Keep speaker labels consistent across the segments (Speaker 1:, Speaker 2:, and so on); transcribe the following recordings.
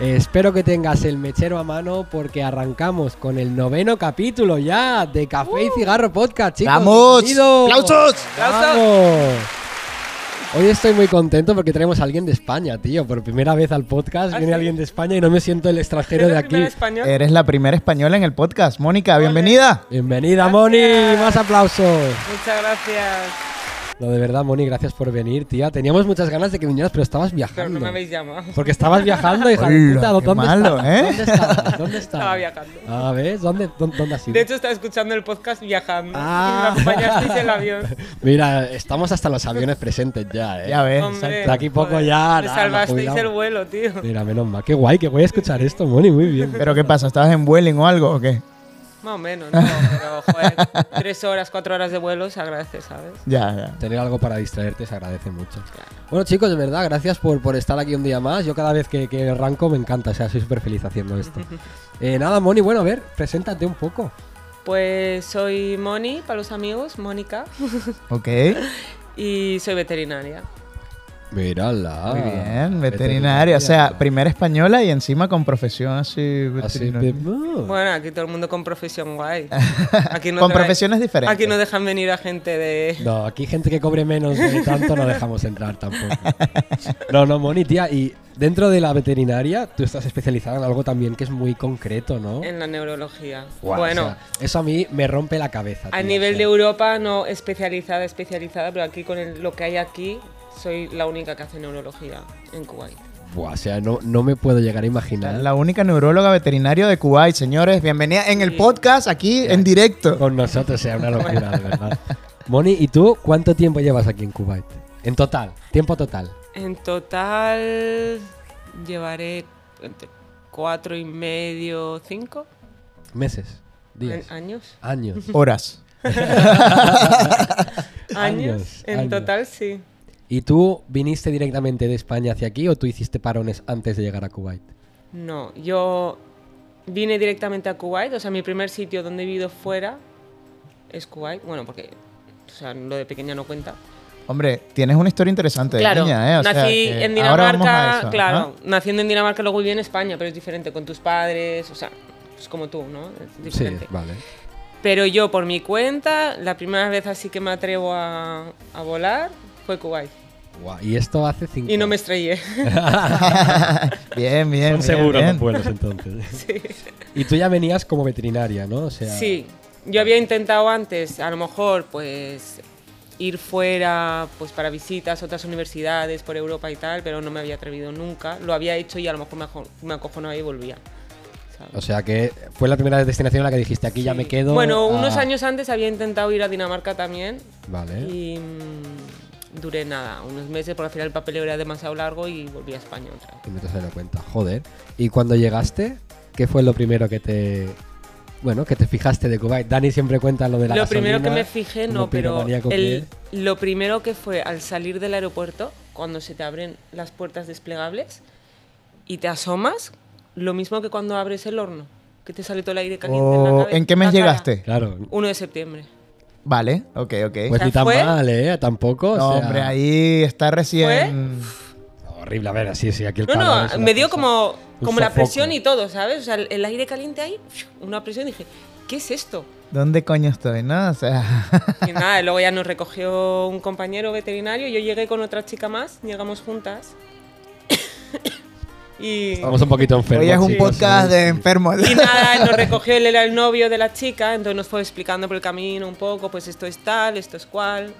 Speaker 1: Eh, Espero que tengas el mechero a mano porque arrancamos con el noveno capítulo ya de Café
Speaker 2: Uh.
Speaker 1: y Cigarro Podcast, chicos.
Speaker 3: ¡Vamos!
Speaker 1: ¡Bienvenidos!
Speaker 3: ¡Aplausos!
Speaker 1: ¡Vamos! Hoy estoy muy contento porque traemos a alguien de España, tío. Por primera vez al podcast
Speaker 2: ¿Ah,
Speaker 1: viene
Speaker 2: sí?
Speaker 1: alguien de España y no me siento el extranjero
Speaker 2: ¿Eres
Speaker 1: de
Speaker 2: el
Speaker 1: aquí.
Speaker 2: primer español?
Speaker 3: Eres la primera española en el podcast. Mónica, bienvenida.
Speaker 1: Bienvenida, Moni.
Speaker 2: Gracias.
Speaker 1: Más aplausos.
Speaker 2: Muchas gracias.
Speaker 1: No, de verdad, Moni, gracias por venir, tía. Teníamos muchas ganas de que vinieras, pero estabas
Speaker 2: Pero
Speaker 1: viajando.
Speaker 2: no me habéis llamado.
Speaker 1: Porque estabas viajando, hija de puta.
Speaker 3: Hola,
Speaker 1: ¿Dó-
Speaker 3: qué
Speaker 1: ¿Dónde
Speaker 3: malo,
Speaker 1: estabas?
Speaker 3: ¿eh?
Speaker 1: ¿Dónde estabas? ¿Dónde estabas?
Speaker 2: Estaba viajando.
Speaker 1: A ver, ¿dónde, dónde, dónde has ido?
Speaker 2: De hecho, estaba escuchando el podcast viajando.
Speaker 1: Ah.
Speaker 2: Y me acompañasteis en el avión.
Speaker 1: Mira, estamos hasta los aviones presentes ya, ¿eh?
Speaker 3: Ya ves.
Speaker 2: Hombre,
Speaker 1: De aquí poco
Speaker 2: joder,
Speaker 1: ya,
Speaker 2: Me
Speaker 1: nada,
Speaker 2: salvasteis
Speaker 1: jubilado.
Speaker 2: el vuelo, tío.
Speaker 1: Mira, menos mal. Qué guay, qué guay escuchar esto, Moni, muy bien.
Speaker 3: ¿Pero qué pasa? ¿Estabas en Vueling o algo o qué?
Speaker 2: Más o menos, no, pero joder. Tres horas, cuatro horas de vuelo se agradece, ¿sabes?
Speaker 3: Ya, ya.
Speaker 1: Tener algo para distraerte se agradece mucho. Bueno, chicos, de verdad, gracias por, por estar aquí un día más. Yo cada vez que, que arranco me encanta, o sea, soy súper feliz haciendo esto. Eh, nada, Moni, bueno, a ver, preséntate un poco.
Speaker 2: Pues soy Moni, para los amigos, Mónica,
Speaker 3: Ok.
Speaker 2: y soy veterinaria. Ah,
Speaker 1: Mírala.
Speaker 3: Muy bien. Veterinaria. O sea, primera española y encima con profesión así.
Speaker 1: Así
Speaker 3: veterinaria.
Speaker 1: de-
Speaker 2: Bueno, aquí todo el mundo con profesión guay. Aquí
Speaker 3: Con
Speaker 2: te va-
Speaker 3: profesiones diferentes.
Speaker 2: Aquí no dejan venir a gente de...
Speaker 1: No, aquí gente que cobre menos de tanto no dejamos entrar tampoco. No, no, Moni, tía, y dentro de la veterinaria tú estás especializada en algo también que es muy concreto, ¿no?
Speaker 2: En la neurología.
Speaker 1: Guau,
Speaker 2: bueno,
Speaker 1: o sea, eso a mí me rompe la cabeza.
Speaker 2: A
Speaker 1: tía,
Speaker 2: nivel
Speaker 1: o
Speaker 2: de
Speaker 1: sea.
Speaker 2: Europa, no especializada, especializada, pero aquí con el- lo que hay aquí, soy la única que hace neurología en Kuwait.
Speaker 1: Buah, o sea, no, no me puedo llegar a imaginar.
Speaker 3: La única neuróloga veterinaria de Kuwait, señores. Bienvenida en el podcast, aquí en directo.
Speaker 1: Con nosotros sea una locura, de verdad. Moni, ¿y tú cuánto tiempo llevas aquí en Kuwait? En total, tiempo total.
Speaker 2: En total, llevaré entre cuatro y medio, cinco
Speaker 1: Meses, días,
Speaker 2: en- años.
Speaker 1: años.
Speaker 3: Horas.
Speaker 2: Años,
Speaker 1: Años,
Speaker 2: en
Speaker 1: años.
Speaker 2: total sí.
Speaker 1: ¿Y tú viniste directamente de España hacia aquí o tú hiciste parones antes de llegar a Kuwait?
Speaker 2: No, yo vine directamente a Kuwait, o sea, mi primer sitio donde he vivido fuera es Kuwait, bueno, porque o sea, lo de pequeña no cuenta.
Speaker 3: Hombre, tienes una historia interesante de
Speaker 2: Claro,
Speaker 3: niña, ¿eh? O sea,
Speaker 2: nací
Speaker 3: que
Speaker 2: en
Speaker 3: ahora vamos a
Speaker 2: Dinamarca,
Speaker 3: eso,
Speaker 2: claro,
Speaker 3: ajá.
Speaker 2: naciendo en Dinamarca luego viví en España, pero es diferente con tus padres, o sea, es como tú, ¿no? Es diferente.
Speaker 1: Sí, vale.
Speaker 2: Pero yo por mi cuenta, la primera vez así que me atrevo a, a volar fue Kuwait
Speaker 1: Guau, Y esto hace cinco
Speaker 2: y no me
Speaker 1: años.
Speaker 2: estrellé.
Speaker 3: Bien, bien. bien,
Speaker 1: seguro
Speaker 3: bien.
Speaker 1: los vuelos entonces. Y tú ya venías como veterinaria, ¿no? O sea,
Speaker 2: Sí, yo había intentado antes, a lo mejor, pues ir fuera pues para visitas a otras universidades por Europa y tal, pero no me había atrevido nunca. Lo había hecho y a lo mejor me, ajo- me acojonaba y volvía. ¿sabes?
Speaker 1: O sea que fue la primera destinación en la que dijiste aquí ya
Speaker 2: Sí.
Speaker 1: me quedo.
Speaker 2: Bueno,
Speaker 1: ah,
Speaker 2: unos años antes había intentado ir a Dinamarca también
Speaker 1: Vale.
Speaker 2: y mm, duré nada, unos meses, porque al final el papeleo era demasiado largo y volví a España otra vez.
Speaker 1: Y no te has dado cuenta, joder. Y cuando llegaste, ¿qué fue lo primero que te. Bueno, que te fijaste de Kuwait? Dani siempre cuenta lo de la
Speaker 2: Lo primero que
Speaker 1: gasolina,
Speaker 2: me fijé, no,
Speaker 1: como
Speaker 2: pero
Speaker 1: piromaníaco
Speaker 2: el-
Speaker 1: que
Speaker 2: lo primero que fue al salir del aeropuerto, cuando se te abren las puertas desplegables y te asomas, lo mismo que cuando abres el horno, que te sale todo el aire caliente. en, la
Speaker 3: O,
Speaker 2: cabeza,
Speaker 3: Oh, ¿En qué mes
Speaker 2: la cara.
Speaker 3: llegaste?
Speaker 1: es. Claro.
Speaker 2: 1 de septiembre.
Speaker 3: Vale, ok, ok.
Speaker 1: Pues
Speaker 2: sea,
Speaker 1: ni tan
Speaker 2: fue-
Speaker 1: mal, ¿eh? Tampoco. o
Speaker 3: no,
Speaker 1: sea,
Speaker 3: hombre, ahí está recién.
Speaker 1: Horrible, a ver, sí, sí, aquí el ¿eh?
Speaker 2: No,
Speaker 1: calor es
Speaker 2: no,
Speaker 1: una
Speaker 2: me dio
Speaker 1: cosa.
Speaker 2: como,
Speaker 1: un
Speaker 2: como la
Speaker 1: sofoco.
Speaker 2: presión y todo, ¿sabes? O sea, el, el aire caliente ahí, una presión, dije, ¿qué es esto?
Speaker 3: ¿Dónde coño estoy? No, o sea.
Speaker 2: Y nada, luego ya nos recogió un compañero veterinario, yo llegué con otra chica más, llegamos juntas. y...
Speaker 1: Estamos un poquito enfermos.
Speaker 3: Hoy es un
Speaker 1: chicos,
Speaker 3: podcast
Speaker 1: ¿eh?
Speaker 3: de enfermos.
Speaker 2: Y nada, nos recogió, él era el novio de la chica, entonces nos fue explicando por el camino un poco, pues esto es tal, esto es cual.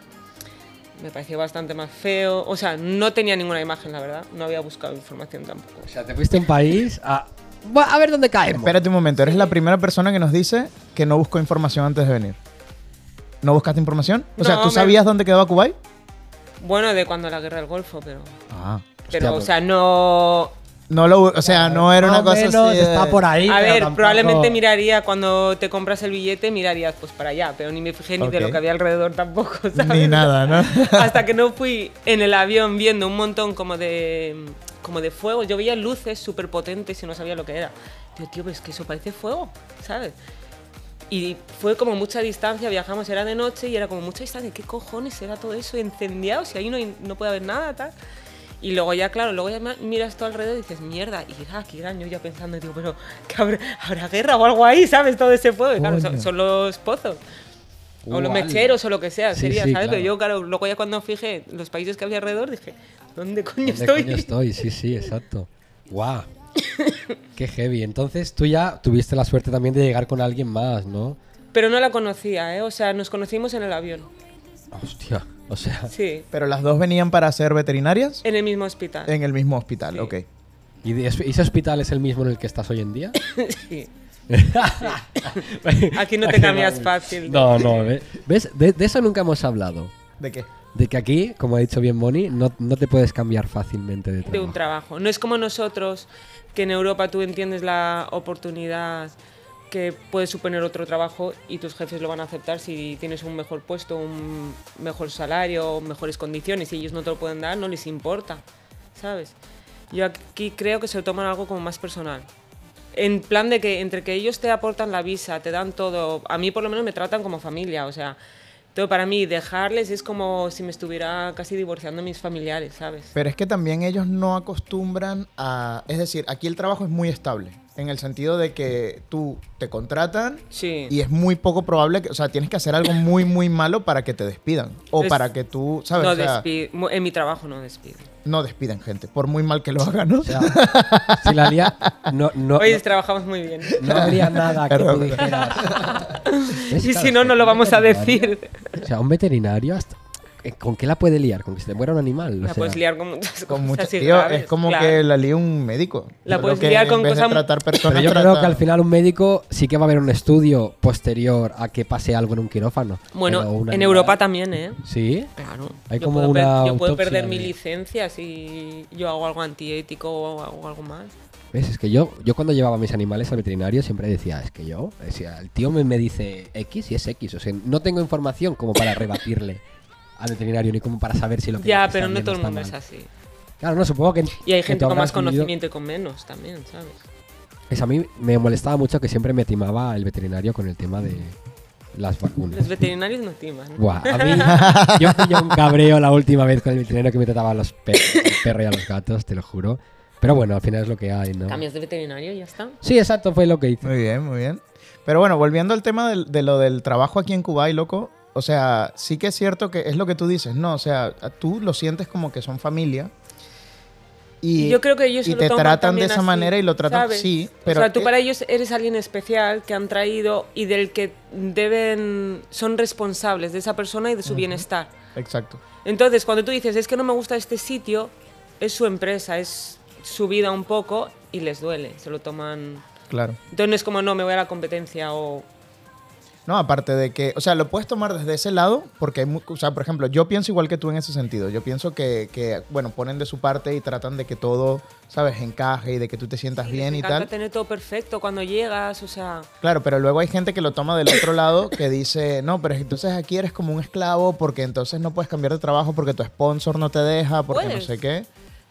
Speaker 2: Me pareció bastante más feo. O sea, no tenía ninguna imagen, la verdad. No había buscado información tampoco.
Speaker 1: O sea, te fuiste a un país a. Va, A ver dónde caemos.
Speaker 3: Espérate un momento, eres la primera persona que nos dice que no buscó información antes de venir. ¿No buscaste información? O sea,
Speaker 2: No,
Speaker 3: ¿tú
Speaker 2: me-
Speaker 3: sabías dónde quedaba Kuwait?
Speaker 2: Bueno, de cuando la guerra del Golfo, pero.
Speaker 3: Ah.
Speaker 2: Pero,
Speaker 1: pues-
Speaker 2: o sea, no.
Speaker 3: No lo, o sea, no era
Speaker 1: Más
Speaker 3: una
Speaker 1: o
Speaker 3: cosa
Speaker 1: menos
Speaker 3: así. de-
Speaker 1: está por ahí.
Speaker 2: A
Speaker 1: pero
Speaker 2: ver,
Speaker 1: tampoco-
Speaker 2: probablemente miraría cuando te compras el billete, mirarías pues para allá, pero ni me fijé ni de lo
Speaker 3: Ok.
Speaker 2: que había alrededor tampoco, ¿sabes?
Speaker 3: Ni nada, ¿no?
Speaker 2: Hasta que no fui en el avión viendo un montón como de como de fuego. Yo veía luces súper potentes y no sabía lo que era. Digo, tío, pero es que eso parece fuego, ¿sabes? Y fue como mucha distancia, viajamos, era de noche y era como mucha distancia. ¿Qué cojones era todo eso? Encendiado, si ahí no, hay- no puede haber nada, tal. Y luego ya, claro, luego ya ma- miras todo alrededor y dices, mierda, y ah, aquí eran yo ya pensando, digo, pero ¿qué habrá, habrá guerra o algo ahí, ¿sabes? Todo ese fuego. Y claro, son,
Speaker 3: Coño.
Speaker 2: son los pozos. O los
Speaker 1: Uala.
Speaker 2: mecheros o lo que sea,
Speaker 1: Sí,
Speaker 2: sería,
Speaker 1: sí,
Speaker 2: ¿sabes?
Speaker 1: claro.
Speaker 2: Pero yo, claro, luego ya cuando fijé los países que había alrededor, dije, ¿dónde coño
Speaker 1: ¿Dónde
Speaker 2: estoy?
Speaker 1: coño estoy? Sí, sí, exacto. ¡Guau! Qué heavy. Entonces tú ya tuviste la suerte también de llegar con alguien más, ¿no?
Speaker 2: Pero no la conocía, ¿eh? O sea, nos conocimos en el avión.
Speaker 1: Hostia. O sea,
Speaker 2: Sí,
Speaker 3: Pero las dos venían para ser veterinarias
Speaker 2: en el mismo hospital.
Speaker 3: en el mismo hospital, ok.
Speaker 1: ¿y de- ese hospital es el mismo en el que estás hoy en día?
Speaker 2: Sí. Aquí no te cambias fácil.
Speaker 1: No, no, ve- ¿ves? De, de eso nunca hemos hablado.
Speaker 3: ¿De qué?
Speaker 1: De que aquí, como ha dicho bien Moni, no, no te puedes cambiar fácilmente de
Speaker 2: de
Speaker 1: trabajo.
Speaker 2: un trabajo. No es como nosotros, que en Europa tú entiendes la oportunidad que puede suponer otro trabajo y tus jefes lo van a aceptar si tienes un mejor puesto, un mejor salario, mejores condiciones. Si ellos no te lo pueden dar, no les importa, ¿sabes? Yo aquí creo que se lo toman algo como más personal. En plan de que entre que ellos te aportan la visa, te dan todo, a mí por lo menos me tratan como familia, o sea, todo para mí dejarles es como si me estuviera casi divorciando de mis familiares, ¿sabes?
Speaker 3: Pero es que también ellos no acostumbran a... Es decir, aquí el trabajo es muy estable, en el sentido de que tú te contratan
Speaker 2: Sí.
Speaker 3: y es muy poco probable que... O sea, tienes que hacer algo muy, muy malo para que te despidan. O
Speaker 2: Es-
Speaker 3: para que tú, ¿sabes?
Speaker 2: No
Speaker 3: O sea,
Speaker 2: despi- mu- en mi trabajo no despido.
Speaker 3: no despiden gente, por muy mal que lo hagan, ¿no?
Speaker 1: O sea, si la lía, no, no,
Speaker 2: Hoy trabajamos muy bien.
Speaker 1: no habría nada que tú
Speaker 3: Perdón.
Speaker 1: dijeras. ¿Ves?
Speaker 2: Y
Speaker 1: Claro,
Speaker 2: si no, no lo vamos a decir.
Speaker 1: O sea, un veterinario, hasta- eh, ¿con qué la puede liar? ¿Con que se te muera un animal? O
Speaker 2: La
Speaker 1: sea,
Speaker 2: puedes liar con muchas
Speaker 3: Con
Speaker 2: cosas
Speaker 3: mucho-
Speaker 2: así
Speaker 3: tío,
Speaker 2: graves,
Speaker 3: es como
Speaker 2: claro.
Speaker 3: que la lía un médico.
Speaker 2: La
Speaker 3: Solo
Speaker 2: puedes
Speaker 3: que
Speaker 2: liar con
Speaker 3: en vez de
Speaker 2: cosas-
Speaker 3: tratar personas,
Speaker 1: Pero yo creo
Speaker 3: trata-
Speaker 1: que al final un médico sí que va a haber un estudio posterior a que pase algo en un quirófano. Pero un
Speaker 2: Bueno, en
Speaker 1: animal-
Speaker 2: Europa también, ¿eh?
Speaker 1: Sí.
Speaker 2: Claro.
Speaker 1: Hay
Speaker 2: yo
Speaker 1: como
Speaker 2: puedo,
Speaker 1: una
Speaker 2: per- yo puedo
Speaker 1: autopsia
Speaker 2: perder mi
Speaker 1: de-
Speaker 2: licencia si yo hago algo antiético o hago algo más.
Speaker 1: ¿Ves? Es que yo, yo cuando llevaba mis animales al veterinario siempre decía, es que yo, o sea, el tío me, me dice X y es X. O sea, no tengo información como para rebatirle al veterinario ni como para saber si lo que
Speaker 2: Ya,
Speaker 1: dice
Speaker 2: pero
Speaker 1: está
Speaker 2: no
Speaker 1: bien o
Speaker 2: todo el
Speaker 1: está
Speaker 2: mundo es
Speaker 1: mal.
Speaker 2: así.
Speaker 1: Claro, no, supongo que...
Speaker 2: Y hay
Speaker 1: que
Speaker 2: gente
Speaker 1: tú
Speaker 2: con más
Speaker 1: habrás vivido-
Speaker 2: conocimiento y con menos también, ¿sabes?
Speaker 1: Es, a mí me molestaba mucho que siempre me timaba el veterinario con el tema de las vacunas.
Speaker 2: Los veterinarios no timan.
Speaker 1: Buah, a mí yo pillé un cabreo la última vez con el veterinario que me trataba a los perros, perro y a los gatos, te lo juro. Pero bueno, al final es lo que hay, ¿no?
Speaker 2: Cambias de veterinario y ya está.
Speaker 1: Sí, exacto, fue lo que hice.
Speaker 3: Muy bien, muy bien. Pero bueno, volviendo al tema del- de, lo del trabajo aquí en Cuba, y loco, o sea, sí que es cierto que es lo que tú dices, ¿no? O sea, a- tú lo sientes como que son familia. Y,
Speaker 2: yo creo que ellos
Speaker 3: y
Speaker 2: lo
Speaker 3: te
Speaker 2: toman
Speaker 3: tratan de
Speaker 2: también
Speaker 3: esa
Speaker 2: así,
Speaker 3: manera y lo tratan
Speaker 2: ¿sabes?
Speaker 3: sí, pero
Speaker 2: o sea, tú
Speaker 3: eh,
Speaker 2: para ellos eres alguien especial que han traído y del que deben son responsables de esa persona y de su bienestar.
Speaker 3: Exacto.
Speaker 2: Entonces, cuando tú dices, es que no me gusta este sitio, es su empresa, es su vida un poco y les duele, se lo toman.
Speaker 3: Claro.
Speaker 2: Entonces no es como no me voy a la competencia o
Speaker 3: No, aparte de que, o sea, lo puedes tomar desde ese lado, porque, hay mu- o sea, por ejemplo, yo pienso igual que tú en ese sentido. Yo pienso que, que, bueno, ponen de su parte y tratan de que todo, ¿sabes?, encaje y de que tú te sientas
Speaker 2: "Ay,
Speaker 3: bien
Speaker 2: me
Speaker 3: y
Speaker 2: encanta
Speaker 3: tal.
Speaker 2: tener todo perfecto cuando llegas, o sea,
Speaker 3: Claro, pero luego hay gente que lo toma del otro lado que dice, no, pero entonces aquí eres como un esclavo porque entonces no puedes cambiar de trabajo porque tu sponsor no te deja, porque no
Speaker 2: Puedes.
Speaker 3: sé qué.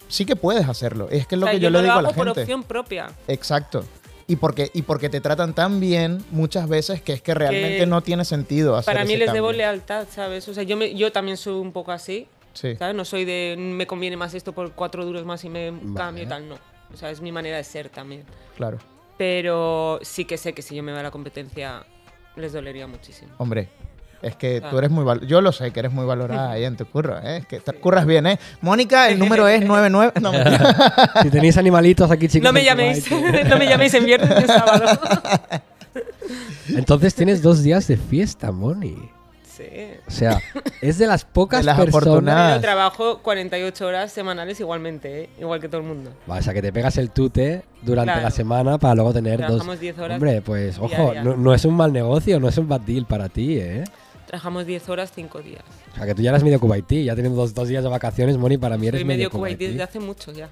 Speaker 3: Sí que puedes hacerlo. Es que es
Speaker 2: o
Speaker 3: lo
Speaker 2: sea,
Speaker 3: que yo,
Speaker 2: no
Speaker 3: le digo
Speaker 2: lo
Speaker 3: a la
Speaker 2: hago por
Speaker 3: gente.
Speaker 2: opción propia.
Speaker 3: Exacto. Y porque, y porque te tratan tan bien muchas veces que es que realmente
Speaker 2: Que
Speaker 3: no tiene sentido hacer
Speaker 2: Para mí
Speaker 3: ese
Speaker 2: les
Speaker 3: cambio.
Speaker 2: debo lealtad, ¿sabes? O sea, yo, me- yo también soy un poco así.
Speaker 3: Sí.
Speaker 2: ¿Sabes? No soy de me conviene más esto por cuatro duros más y me cambio y
Speaker 1: Vale.
Speaker 2: tal, no. O sea, es mi manera de ser también.
Speaker 3: Claro.
Speaker 2: Pero sí que sé que si yo me voy a la competencia les dolería muchísimo.
Speaker 3: Hombre, es que
Speaker 2: Claro.
Speaker 3: tú eres muy val- Yo lo sé que eres muy valorada ahí en tu curro, ¿eh? Es que te curras bien, ¿eh? Mónica, el número es 99. No, mentira.
Speaker 1: Si tenéis animalitos aquí, chicos.
Speaker 2: No me
Speaker 1: en Kuwait,
Speaker 2: llaméis, no me llaméis en viernes ni en sábado.
Speaker 1: Entonces tienes dos días de fiesta, Moni.
Speaker 2: Sí.
Speaker 1: O sea, es de las pocas
Speaker 3: De las
Speaker 1: personas.
Speaker 3: afortunadas.
Speaker 2: Yo trabajo 48 horas semanales igualmente, ¿eh? igual que todo el mundo.
Speaker 1: Va, o sea, que te pegas el tute durante
Speaker 2: Claro.
Speaker 1: la semana para luego tener dos.
Speaker 2: Trabajamos 10 horas
Speaker 1: Hombre, pues ojo,
Speaker 2: diarias.
Speaker 1: no, no es un mal negocio, no es un bad deal para ti, ¿eh?
Speaker 2: Trabajamos 10 horas, 5 días.
Speaker 1: O sea, que tú ya eres medio cubaití, ya teniendo dos, dos días de vacaciones, Moni, para mí eres
Speaker 2: Soy
Speaker 1: medio,
Speaker 2: medio kuwaití
Speaker 1: cubaití.
Speaker 2: desde hace mucho ya.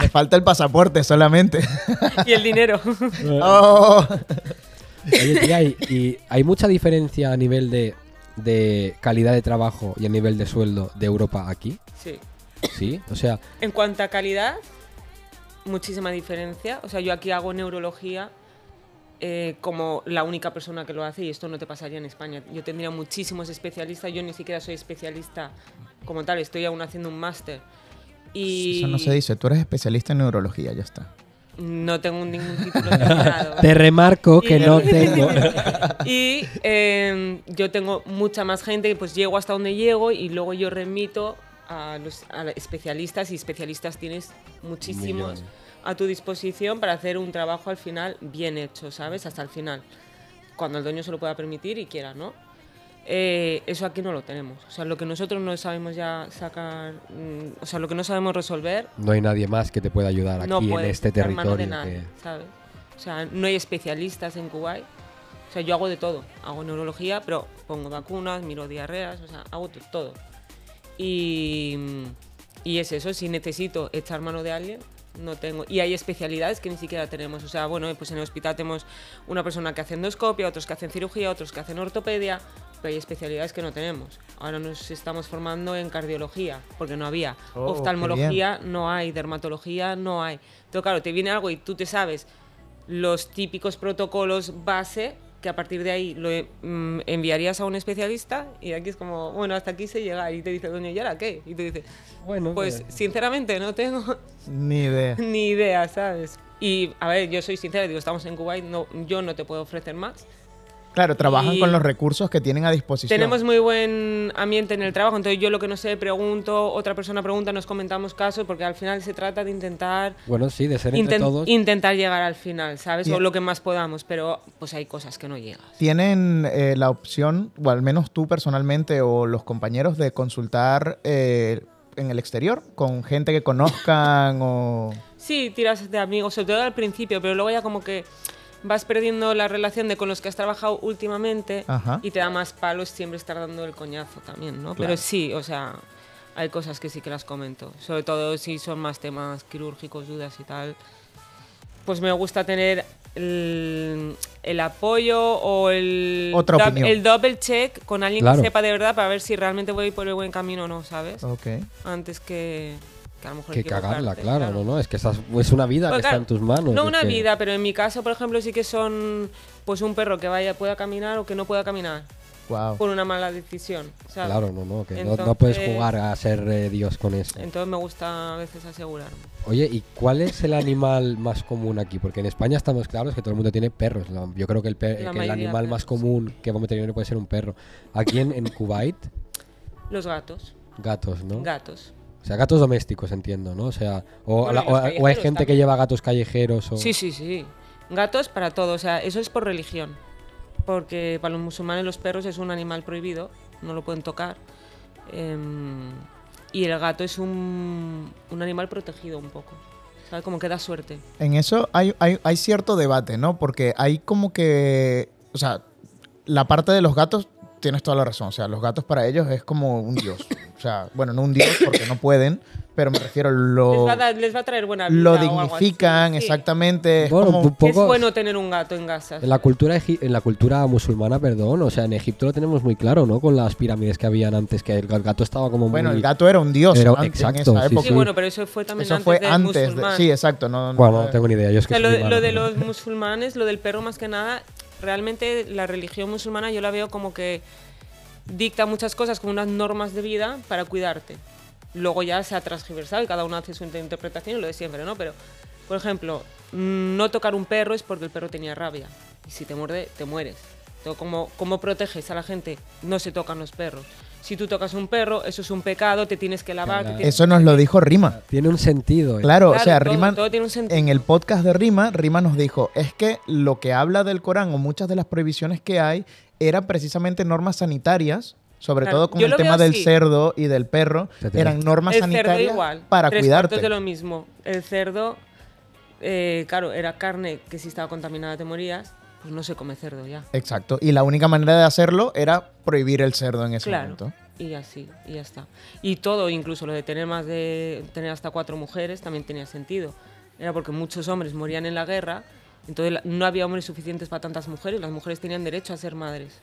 Speaker 3: Le falta el pasaporte solamente.
Speaker 2: Y el dinero.
Speaker 3: Oh.
Speaker 1: Oye, tía, y, y hay mucha diferencia a nivel de, de calidad de trabajo y a nivel de sueldo de Europa aquí,
Speaker 2: Sí.
Speaker 1: ¿sí? O sea,
Speaker 2: En cuanto a calidad, muchísima diferencia. O sea, yo aquí hago neurología eh, como la única persona que lo hace y esto no te pasaría en España. Yo tendría muchísimos especialistas, yo ni siquiera soy especialista como tal, estoy aún haciendo un máster. Y
Speaker 3: Eso no se dice. Tú eres especialista en neurología, ya está.
Speaker 2: no tengo ningún título terminado.
Speaker 1: Te remarco que
Speaker 2: Y-
Speaker 1: no tengo.
Speaker 2: y eh, yo tengo mucha más gente que pues llego hasta donde llego y luego yo remito a los a la- especialistas y especialistas tienes muchísimos
Speaker 1: Millones.
Speaker 2: a tu disposición para hacer un trabajo al final bien hecho, ¿sabes? Hasta el final. Cuando el dueño se lo pueda permitir y quiera, ¿no? Eh, eso aquí no lo tenemos. O sea, lo que nosotros no sabemos ya sacar, mm, o sea, lo que no sabemos resolver,
Speaker 1: No hay nadie más que te pueda ayudar aquí
Speaker 2: no
Speaker 1: en
Speaker 2: puede
Speaker 1: este
Speaker 2: estar en manos
Speaker 1: territorio.
Speaker 2: de nadie,
Speaker 1: que-
Speaker 2: ¿sabes? O sea, no hay especialistas en Kuwait. O sea, yo hago de todo. Hago neurología, pero pongo vacunas, miro diarreas, o sea, hago to- todo. Y, y es eso, si necesito echar mano de alguien, no tengo. Y hay especialidades que ni siquiera tenemos. O sea, bueno, pues en el hospital tenemos una persona que hace endoscopia, otros que hacen cirugía, otros que hacen ortopedia, pero hay especialidades que no tenemos. Ahora nos estamos formando en cardiología, porque no había.
Speaker 3: Oh, qué
Speaker 2: Oftalmología no hay, dermatología no hay. Entonces, claro, te viene algo y tú te sabes los típicos protocolos base que a partir de ahí lo eh, mm, enviarías a un especialista y aquí es como, bueno, hasta aquí se llega y te dice, doña, ¿y ahora qué? Y tú dices,
Speaker 1: Bueno,
Speaker 2: pues
Speaker 1: eh,
Speaker 2: sinceramente no tengo
Speaker 3: Ni idea.
Speaker 2: ni idea, ¿sabes? Y a ver, yo soy sincera, digo, estamos en Kuwait, no, yo no te puedo ofrecer más.
Speaker 3: Claro, trabajan
Speaker 2: Y-
Speaker 3: con los recursos que tienen a disposición.
Speaker 2: Tenemos muy buen ambiente en el trabajo, entonces yo lo que no sé pregunto, otra persona pregunta, nos comentamos casos, porque al final se trata de intentar
Speaker 1: bueno, sí, de ser entre
Speaker 2: Inten-
Speaker 1: todos. e-
Speaker 2: intentar llegar al final, ¿sabes?
Speaker 3: Bien.
Speaker 2: O lo que más podamos, pero pues hay cosas que no llegan.
Speaker 3: Tienen eh, la opción, o al menos tú personalmente o los compañeros, de consultar eh, en el exterior con gente que conozcan o...
Speaker 2: Sí, tiras de amigos, sobre todo al principio, pero luego ya como que vas perdiendo la relación de con los que has trabajado últimamente
Speaker 3: Ajá.
Speaker 2: y te da más palos siempre estar dando el coñazo también, ¿no?
Speaker 3: Claro.
Speaker 2: Pero sí, o sea, hay cosas que sí que las comento, sobre todo si son más temas quirúrgicos, dudas y tal. Pues me gusta tener el, el apoyo o el,
Speaker 3: Otra
Speaker 2: dub-
Speaker 3: opinión.
Speaker 2: el double check con alguien
Speaker 1: Claro.
Speaker 2: que sepa de verdad para ver si realmente voy por el buen camino o no, ¿sabes?
Speaker 3: Ok.
Speaker 2: Antes que, que a lo mejor
Speaker 1: que cagarla,
Speaker 2: equivocarte,
Speaker 1: claro, No, no, es que estás, es una vida
Speaker 2: Pues
Speaker 1: que
Speaker 2: claro,
Speaker 1: está en tus manos.
Speaker 2: No
Speaker 1: es
Speaker 2: una
Speaker 1: que-
Speaker 2: vida, pero en mi caso, por ejemplo, sí que son pues un perro que vaya pueda caminar o que no pueda caminar
Speaker 3: Wow.
Speaker 2: por una mala decisión. ¿sabes?
Speaker 1: Ah. Claro, no, no, que no- no, puedes
Speaker 2: Entonces-
Speaker 1: jugar a ser eh, Dios con eso.
Speaker 2: Entonces me gusta a veces asegurarme.
Speaker 1: Oye, ¿y cuál es el animal más común aquí? Porque en España estamos claros que todo el mundo tiene perros. La- Yo creo que el, per-
Speaker 2: La
Speaker 1: que el
Speaker 2: mayoría
Speaker 1: animal más
Speaker 2: perros.
Speaker 1: común que vamos a tener puede ser un perro. Aquí en, en Kuwait,
Speaker 2: Los gatos,
Speaker 1: gatos, ¿no?
Speaker 2: gatos.
Speaker 1: O sea, gatos domésticos, entiendo, ¿no? O sea, o,
Speaker 2: Bueno,
Speaker 1: la-
Speaker 2: y
Speaker 1: o-
Speaker 2: los
Speaker 1: o hay
Speaker 2: callejeros
Speaker 1: gente que
Speaker 2: también.
Speaker 1: lleva gatos callejeros o...
Speaker 2: Sí, sí, sí. Gatos para todo, o sea, eso es por religión. Porque para los musulmanes los perros es un animal prohibido, no lo pueden tocar. Em, y el gato es un, un animal protegido un poco. ¿Sabes? Como que da suerte.
Speaker 3: En eso hay, hay, hay cierto debate, ¿no? Porque hay como que, o sea, la parte de los gatos, tienes toda la razón, o sea, los gatos para ellos es como un dios. O sea, bueno, no un dios porque no pueden, pero me refiero,
Speaker 2: les,
Speaker 3: lo,
Speaker 2: va a, dar- les va a traer buena vida.
Speaker 3: lo
Speaker 2: o algo así.
Speaker 3: dignifican
Speaker 2: Sí.
Speaker 3: exactamente. es
Speaker 1: Bueno,
Speaker 3: como-
Speaker 1: un poco...
Speaker 2: Es bueno tener un gato en casa.
Speaker 1: En la cultura egi- en la cultura musulmana, perdón, o sea, en Egipto lo tenemos muy claro, ¿no? Con las pirámides que habían antes, que el, el gato estaba como
Speaker 3: Bueno,
Speaker 1: muy...
Speaker 3: el gato era un dios
Speaker 1: Pero-
Speaker 3: antes,
Speaker 1: exacto,
Speaker 3: en esa
Speaker 1: sí,
Speaker 3: época.
Speaker 2: sí, bueno, pero eso fue también
Speaker 3: Eso
Speaker 2: antes
Speaker 3: fue
Speaker 2: del
Speaker 3: antes. de-
Speaker 2: musulmán.
Speaker 3: sí, exacto. No, no-
Speaker 1: Bueno, no tengo ni idea, yo es
Speaker 2: O
Speaker 1: que
Speaker 2: sea, lo,
Speaker 1: soy
Speaker 2: de-
Speaker 1: malo,
Speaker 2: lo de
Speaker 1: ¿no?
Speaker 2: los musulmanes, lo del perro más que nada, realmente la religión musulmana yo la veo como que dicta muchas cosas, como unas normas de vida para cuidarte. Luego ya se ha transgiversado y cada uno hace su inter- interpretación y lo de siempre, ¿no? Pero, por ejemplo, mm, no tocar un perro es porque el perro tenía rabia. Y si te muerde, te mueres. Entonces, ¿cómo, cómo proteges a la gente? No se tocan los perros. Si tú tocas un perro, eso es un pecado, te tienes que lavar. te
Speaker 1: Claro.
Speaker 2: tienes-
Speaker 3: Eso nos lo dijo Rima.
Speaker 1: Tiene un sentido. ¿eh?
Speaker 3: Claro, o
Speaker 2: Claro,
Speaker 3: sea,
Speaker 2: todo-
Speaker 3: Rima,
Speaker 2: todo tiene un sentido.
Speaker 3: en el podcast de Rima, Rima nos dijo, es que lo que habla del Corán o muchas de las prohibiciones que hay eran precisamente normas sanitarias, sobre
Speaker 2: Claro,
Speaker 3: todo con
Speaker 2: yo
Speaker 3: el
Speaker 2: lo
Speaker 3: tema
Speaker 2: veo
Speaker 3: del
Speaker 2: así.
Speaker 3: cerdo y del perro,
Speaker 1: Te tenés-
Speaker 3: eran normas
Speaker 2: el cerdo
Speaker 3: sanitarias
Speaker 2: igual,
Speaker 3: para
Speaker 2: tres
Speaker 3: cuidarte.
Speaker 2: cuartos de lo mismo. El cerdo, eh, claro, era carne que si estaba contaminada te morías, pues no se come cerdo ya.
Speaker 3: Exacto, y la única manera de hacerlo era prohibir el cerdo en ese
Speaker 2: Claro.
Speaker 3: momento.
Speaker 2: Y así, y ya está. Y todo, incluso lo de tener más de tener hasta cuatro mujeres también tenía sentido. Era porque muchos hombres morían en la guerra, entonces la- no había hombres suficientes para tantas mujeres, las mujeres tenían derecho a ser madres.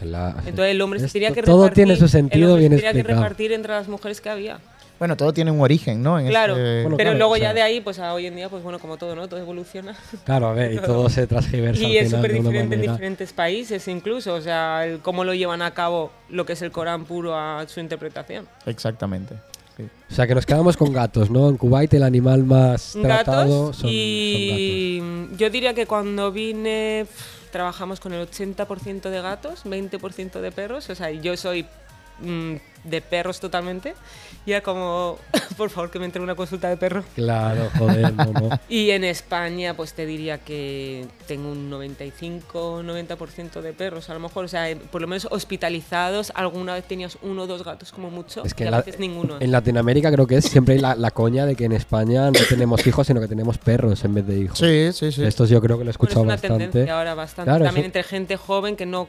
Speaker 1: Claro.
Speaker 2: Entonces el hombre se
Speaker 1: Esto-
Speaker 2: tenía que repartir.
Speaker 1: Todo tiene su
Speaker 2: el
Speaker 1: sentido
Speaker 2: hombre
Speaker 1: bien
Speaker 2: se tenía que
Speaker 1: explicado.
Speaker 2: repartir entre las mujeres que había.
Speaker 3: Bueno, todo tiene un origen, ¿no? En
Speaker 2: Claro,
Speaker 3: ese-
Speaker 1: Bueno,
Speaker 2: pero
Speaker 1: claro,
Speaker 2: luego
Speaker 1: o sea-
Speaker 2: ya de ahí, pues a hoy en día, pues bueno, como todo, ¿no? Todo evoluciona.
Speaker 1: Claro, a ver, y todo se transgiversa
Speaker 2: Y
Speaker 1: al
Speaker 2: es
Speaker 1: final
Speaker 2: súper
Speaker 1: de una
Speaker 2: diferente en
Speaker 1: manera.
Speaker 2: diferentes países, incluso. O sea, el cómo lo llevan a cabo lo que es el Corán puro a su interpretación.
Speaker 3: Exactamente. Sí.
Speaker 1: O sea, que nos quedamos con gatos, ¿no? En Kuwait el animal más tratado
Speaker 2: gatos
Speaker 1: son,
Speaker 2: y yo diría que cuando vine pf, trabajamos con el 80% de gatos, 20% de perros, o sea, yo soy mm, de perros totalmente, y era como, por favor, que me entre una consulta de perro.
Speaker 1: son gatos. Claro, joder, no, no.
Speaker 2: Y en España, pues te diría que tengo un 95-90% de perros, a lo mejor, o sea, eh, por lo menos hospitalizados, alguna vez tenías uno o dos gatos como mucho,
Speaker 1: Es que
Speaker 2: y
Speaker 1: en,
Speaker 2: a
Speaker 1: la-
Speaker 2: veces ninguno.
Speaker 1: en Latinoamérica creo que es siempre hay la, la coña de que en España no tenemos hijos, sino que tenemos perros en vez de hijos.
Speaker 3: Sí, sí, sí.
Speaker 1: Esto yo creo que lo he
Speaker 2: Bueno, es
Speaker 1: escuchado
Speaker 2: una
Speaker 1: bastante.
Speaker 2: tendencia ahora bastante,
Speaker 1: Claro,
Speaker 2: también
Speaker 1: eso-
Speaker 2: entre gente joven que no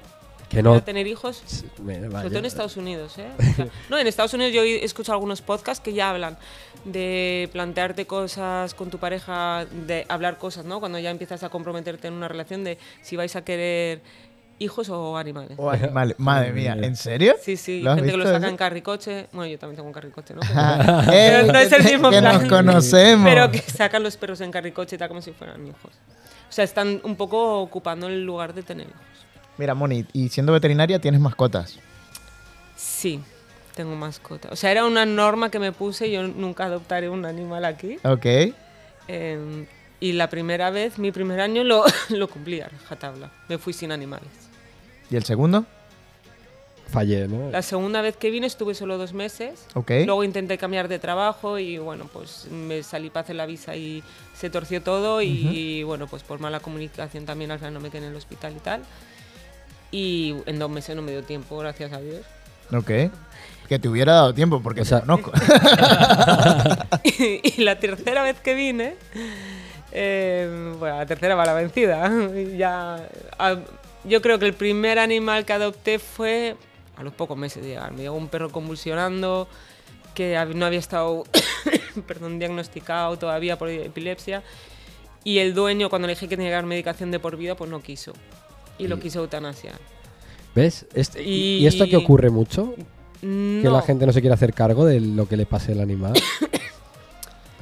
Speaker 1: Que no.
Speaker 2: Para tener hijos.
Speaker 1: Me-
Speaker 2: Sobre
Speaker 1: vaya.
Speaker 2: todo en Estados Unidos, ¿eh? O sea, no, en Estados Unidos yo he escuchado algunos podcasts que ya hablan de plantearte cosas con tu pareja, de hablar cosas, ¿no? Cuando ya empiezas a comprometerte en una relación de si vais a querer hijos o animales.
Speaker 3: O Oh, animales. Madre mía, ¿en serio?
Speaker 2: Sí, sí,
Speaker 3: ¿Lo has
Speaker 2: gente que lo
Speaker 3: visto
Speaker 2: saca en
Speaker 3: ese?
Speaker 2: carricoche. Bueno, yo también tengo un carricoche, ¿no?
Speaker 3: Ey,
Speaker 2: Pero no es
Speaker 3: Eh, que-
Speaker 2: el mismo
Speaker 3: Que nos
Speaker 2: plan.
Speaker 3: conocemos.
Speaker 2: Pero que sacan los perros en carricoche y tal como si fueran hijos. O sea, están un poco ocupando el lugar de tener hijos.
Speaker 3: Mira, Moni, y siendo veterinaria tienes mascotas.
Speaker 2: Sí, tengo mascota. O sea, era una norma que me puse, yo nunca adoptaré un animal aquí.
Speaker 3: Ok.
Speaker 2: Eh, y la primera vez, mi primer año, lo, lo cumplí a rajatabla. Me fui sin animales.
Speaker 3: ¿Y el segundo?
Speaker 1: Fallé, ¿no?
Speaker 2: La segunda vez que vine estuve solo dos meses.
Speaker 3: Ok.
Speaker 2: Luego intenté cambiar de trabajo y bueno, pues me salí para hacer la visa y se torció todo y bueno, pues por mala comunicación también al final no me quedé en el hospital y tal. Y en dos meses no me dio tiempo, gracias a Dios.
Speaker 3: Ok. Que te hubiera dado tiempo porque
Speaker 1: O
Speaker 3: te
Speaker 1: sea-
Speaker 3: conozco.
Speaker 2: y y la tercera vez que vine, eh, bueno, la tercera va la vencida. ya, ah, yo creo que el primer animal que adopté fue a los pocos meses de llegar. Me llegó un perro convulsionando que hab- no había estado perdón, diagnosticado todavía por epilepsia. Y el dueño, cuando le dije que tenía que dar medicación de por vida, pues no quiso. Y lo
Speaker 1: Y-
Speaker 2: quiso eutanasia.
Speaker 1: ¿Ves? Este- y,
Speaker 2: Y-
Speaker 1: y esto que ocurre mucho?
Speaker 2: No.
Speaker 1: Que la gente no se quiere hacer cargo de lo que le pase al animal.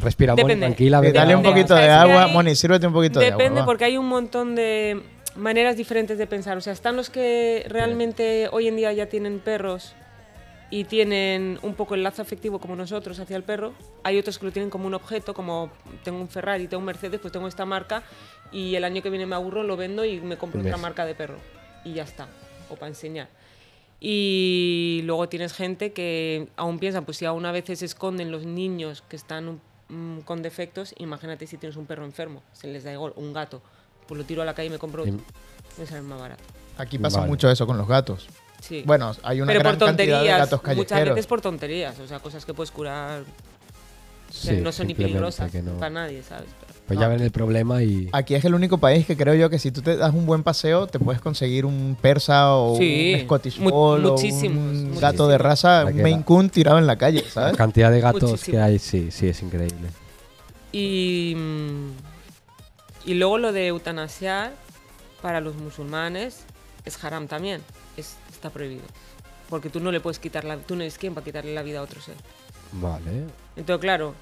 Speaker 1: Respira, Moni,
Speaker 2: Depende.
Speaker 1: tranquila.
Speaker 3: Eh,
Speaker 1: vete
Speaker 3: Dale
Speaker 1: a-
Speaker 3: un
Speaker 2: Depende.
Speaker 3: poquito
Speaker 2: O sea,
Speaker 3: de
Speaker 2: es que
Speaker 3: agua.
Speaker 2: ahí
Speaker 3: Moni, sírvete un poquito de agua.
Speaker 2: Depende
Speaker 3: va.
Speaker 2: porque hay un montón de maneras diferentes de pensar. O sea, están los que realmente hoy en día ya tienen perros y tienen un poco el lazo afectivo como nosotros hacia el perro. Hay otros que lo tienen como un objeto, como tengo un Ferrari, tengo un Mercedes, pues tengo esta marca y el año que viene me aburro, lo vendo y me compro
Speaker 1: Ves.
Speaker 2: otra marca de perro. Y ya está, o para enseñar. Y luego tienes gente que aún piensan, pues si aún a veces esconden los niños que están mm, con defectos, imagínate si tienes un perro enfermo, se les da igual, un gato, pues lo tiro a la calle y me compro otro.
Speaker 1: Em-
Speaker 2: Me sale más barato.
Speaker 3: Aquí pasa
Speaker 1: Vale.
Speaker 3: mucho eso con los gatos.
Speaker 2: Sí.
Speaker 3: Bueno, hay una
Speaker 2: Pero
Speaker 3: gran
Speaker 2: por
Speaker 3: cantidad de
Speaker 2: tonterías,
Speaker 3: gatos
Speaker 2: muchas
Speaker 3: callejeros.
Speaker 2: veces por tonterías, o sea, cosas que puedes curar, que
Speaker 1: Sí,
Speaker 2: no son ni
Speaker 1: simplemente
Speaker 2: peligrosas
Speaker 1: que no.
Speaker 2: para nadie, ¿sabes? Pero-
Speaker 1: Pues ya ven el problema y.
Speaker 3: Aquí es el único país que creo yo que si tú te das un buen paseo, te puedes conseguir un persa o
Speaker 2: Sí,
Speaker 3: un Scottish
Speaker 2: mu-
Speaker 3: Fold o
Speaker 2: muchísimos,
Speaker 3: un
Speaker 2: muchísimos.
Speaker 3: gato de raza,
Speaker 1: La
Speaker 3: un
Speaker 1: que
Speaker 3: Maine
Speaker 1: da.
Speaker 3: Coon tirado en la calle,
Speaker 1: La
Speaker 3: ¿sabes?
Speaker 1: cantidad de gatos
Speaker 2: Muchísimo.
Speaker 1: que hay, sí, sí, es increíble.
Speaker 2: Y, mm, y luego lo de eutanasiar para los musulmanes es haram también, es, está prohibido. Porque tú no le puedes quitar la tú no eres quien para quitarle la vida a otro ser.
Speaker 1: Vale.
Speaker 2: Entonces, claro,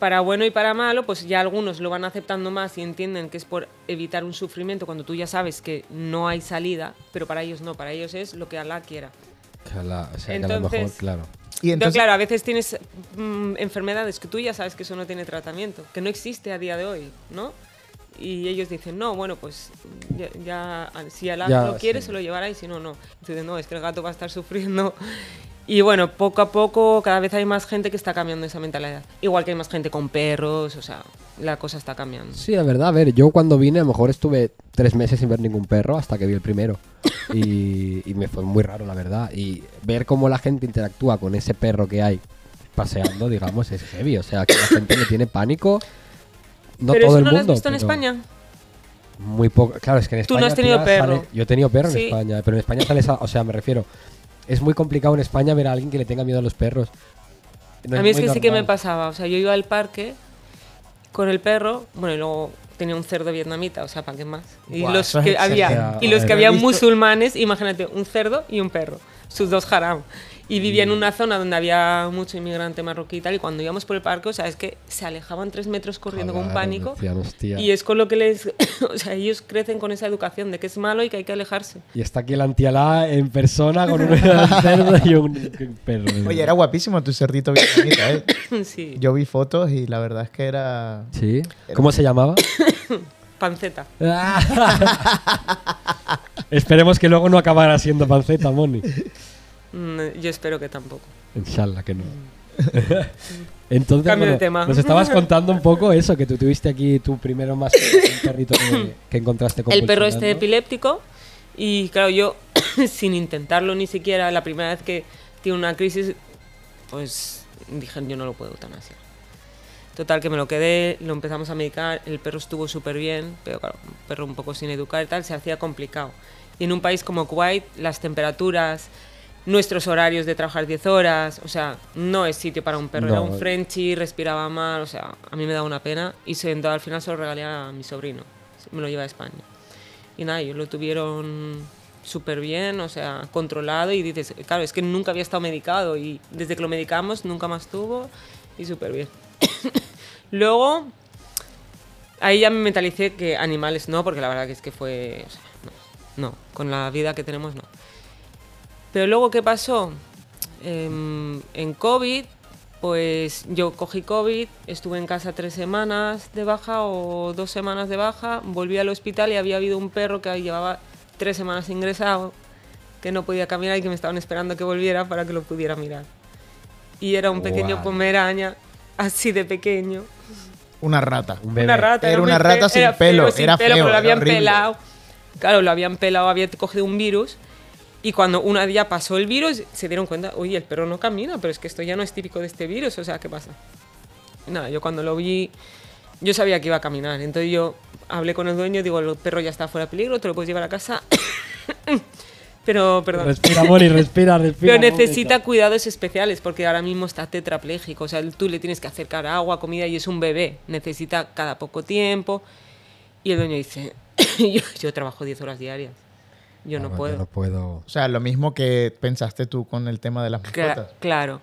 Speaker 2: para bueno y para malo, pues ya algunos lo van aceptando más y entienden que es por evitar un sufrimiento cuando tú ya sabes que no hay salida, pero para ellos no, para ellos es lo que Allah quiera.
Speaker 1: Que a la- o sea, que a lo mejor,
Speaker 2: Entonces-
Speaker 1: claro.
Speaker 3: Y
Speaker 2: Pero
Speaker 3: entonces,
Speaker 2: claro, a veces tienes mm, enfermedades que tú ya sabes que eso no tiene tratamiento, que no existe a día de hoy, ¿no? Y ellos dicen, no, bueno, pues ya, ya, ah, si Alá
Speaker 1: Ya,
Speaker 2: lo quiere,
Speaker 1: sí.
Speaker 2: se lo llevará y si no, no. Entonces, no, es que el gato va a estar sufriendo. Y bueno, poco a poco, cada vez hay más gente que está cambiando esa mentalidad. Igual que hay más gente con perros, o sea, la cosa está cambiando.
Speaker 1: Sí, la verdad, a ver, yo cuando vine a lo mejor estuve tres meses sin ver ningún perro hasta que vi el primero. Y, y me fue muy raro, la verdad. Y ver cómo la gente interactúa con ese perro que hay paseando, digamos, es heavy. O sea, que la gente le tiene pánico. No
Speaker 2: pero
Speaker 1: todo
Speaker 2: eso
Speaker 1: el
Speaker 2: no lo has
Speaker 1: mundo,
Speaker 2: visto en
Speaker 1: pero
Speaker 2: España.
Speaker 1: Muy poco. Claro, es que en
Speaker 2: Tú
Speaker 1: España.
Speaker 2: no has tenido
Speaker 1: tía,
Speaker 2: perro.
Speaker 1: sale- yo he tenido perro en
Speaker 2: Sí.
Speaker 1: España, pero en España sale esa. O sea, me refiero. Es muy complicado en España ver a alguien que le tenga miedo a los perros. No
Speaker 2: a mí es que
Speaker 1: muy
Speaker 2: sí que me
Speaker 1: normal.
Speaker 2: pasaba. O sea, yo iba al parque con el perro, bueno, y luego tenía un cerdo vietnamita, o sea, ¿para qué más? Y
Speaker 3: Guau,
Speaker 2: los
Speaker 3: eso es
Speaker 2: que había,
Speaker 3: excelente.
Speaker 2: y los
Speaker 3: Lo
Speaker 2: que
Speaker 3: he
Speaker 2: había
Speaker 3: visto.
Speaker 2: musulmanes, imagínate, un cerdo y un perro, sus dos haram. Y vivía
Speaker 3: Mm.
Speaker 2: en una zona donde había mucho inmigrante marroquí y tal, y cuando íbamos por el parque, o sea, es que se alejaban tres metros corriendo con
Speaker 1: Claro,
Speaker 2: pánico.
Speaker 1: decían, "Hostia".
Speaker 2: Y es con lo que les. o sea, ellos crecen con esa educación de que es malo y que hay que alejarse.
Speaker 1: Y está aquí el antialá en persona con un cerdo y un un perro.
Speaker 3: Oye, era guapísimo tu cerdito vietnamita, ¿eh?
Speaker 2: sí.
Speaker 3: Yo vi fotos y la verdad es que era...
Speaker 1: ¿Sí? ¿Cómo se llamaba?
Speaker 2: Panceta.
Speaker 1: Esperemos que luego no acabara siendo panceta, Moni.
Speaker 2: Mm, yo espero que tampoco.
Speaker 1: Inshallah que no. Entonces,
Speaker 2: Cambio de
Speaker 1: bueno,
Speaker 2: tema.
Speaker 1: nos estabas contando un poco eso, que tú tuviste aquí tu primero más un perrito que, que encontraste con
Speaker 2: el perro este epiléptico y claro, yo sin intentarlo ni siquiera, la primera vez que tiene una crisis, pues dije, yo no lo puedo eutanasia. Total, que me lo quedé, lo empezamos a medicar, el perro estuvo súper bien, pero claro, un perro un poco sin educar y tal, se hacía complicado. Y en un país como Kuwait, las temperaturas, nuestros horarios de trabajar 10 horas, o sea, no es sitio para un perro, era
Speaker 1: No.
Speaker 2: un Frenchy, respiraba mal, o sea, a mí me daba una pena y se, al final se lo regalé a mi sobrino, me lo llevé a España. Y nada, ellos lo tuvieron súper bien, o sea, controlado y dices, claro, es que nunca había estado medicado y desde que lo medicamos nunca más tuvo y súper bien. Luego, ahí ya me mentalicé que animales no, porque la verdad que es que fue, o sea, no, no, con la vida que tenemos no. Pero luego, ¿qué pasó? Em, en COVID, pues yo cogí COVID, estuve en casa tres semanas de baja o dos semanas de baja, volví al hospital y había habido un perro que llevaba tres semanas ingresado, que no podía caminar y que me estaban esperando que volviera para que lo pudiera mirar. Y era un pequeño
Speaker 1: Guau.
Speaker 2: pomeraña, así de pequeño.
Speaker 3: Una rata.
Speaker 1: Un bebé.
Speaker 2: Una rata.
Speaker 3: Era
Speaker 2: muy
Speaker 3: una
Speaker 2: fe-
Speaker 3: rata sin
Speaker 2: era
Speaker 3: pelo,
Speaker 2: feo, sin
Speaker 3: era feo,
Speaker 2: pelo, pero lo
Speaker 3: era
Speaker 2: habían
Speaker 3: horrible.
Speaker 2: pelado. Claro, lo habían pelado, había cogido un virus. Y cuando una día pasó el virus, se dieron cuenta, oye, el perro no camina, pero es que esto ya no es típico de este virus, o sea, ¿qué pasa? Nada, yo cuando lo vi, yo sabía que iba a caminar. Entonces yo hablé con el dueño, digo, el perro ya está fuera de peligro, te lo puedes llevar a casa. pero, perdón.
Speaker 1: Respira, Moni, respira, respira.
Speaker 2: Pero necesita
Speaker 1: Moni.
Speaker 2: cuidados especiales porque ahora mismo está tetrapléjico. O sea, tú le tienes que acercar agua, comida y es un bebé. Necesita cada poco tiempo. Y el dueño dice, yo, yo trabajo 10 horas diarias. Yo no
Speaker 1: Vamos,
Speaker 2: puedo.
Speaker 1: no puedo.
Speaker 3: O sea, lo mismo que pensaste tú con el tema de las
Speaker 2: Cla-
Speaker 3: mascotas.
Speaker 2: claro.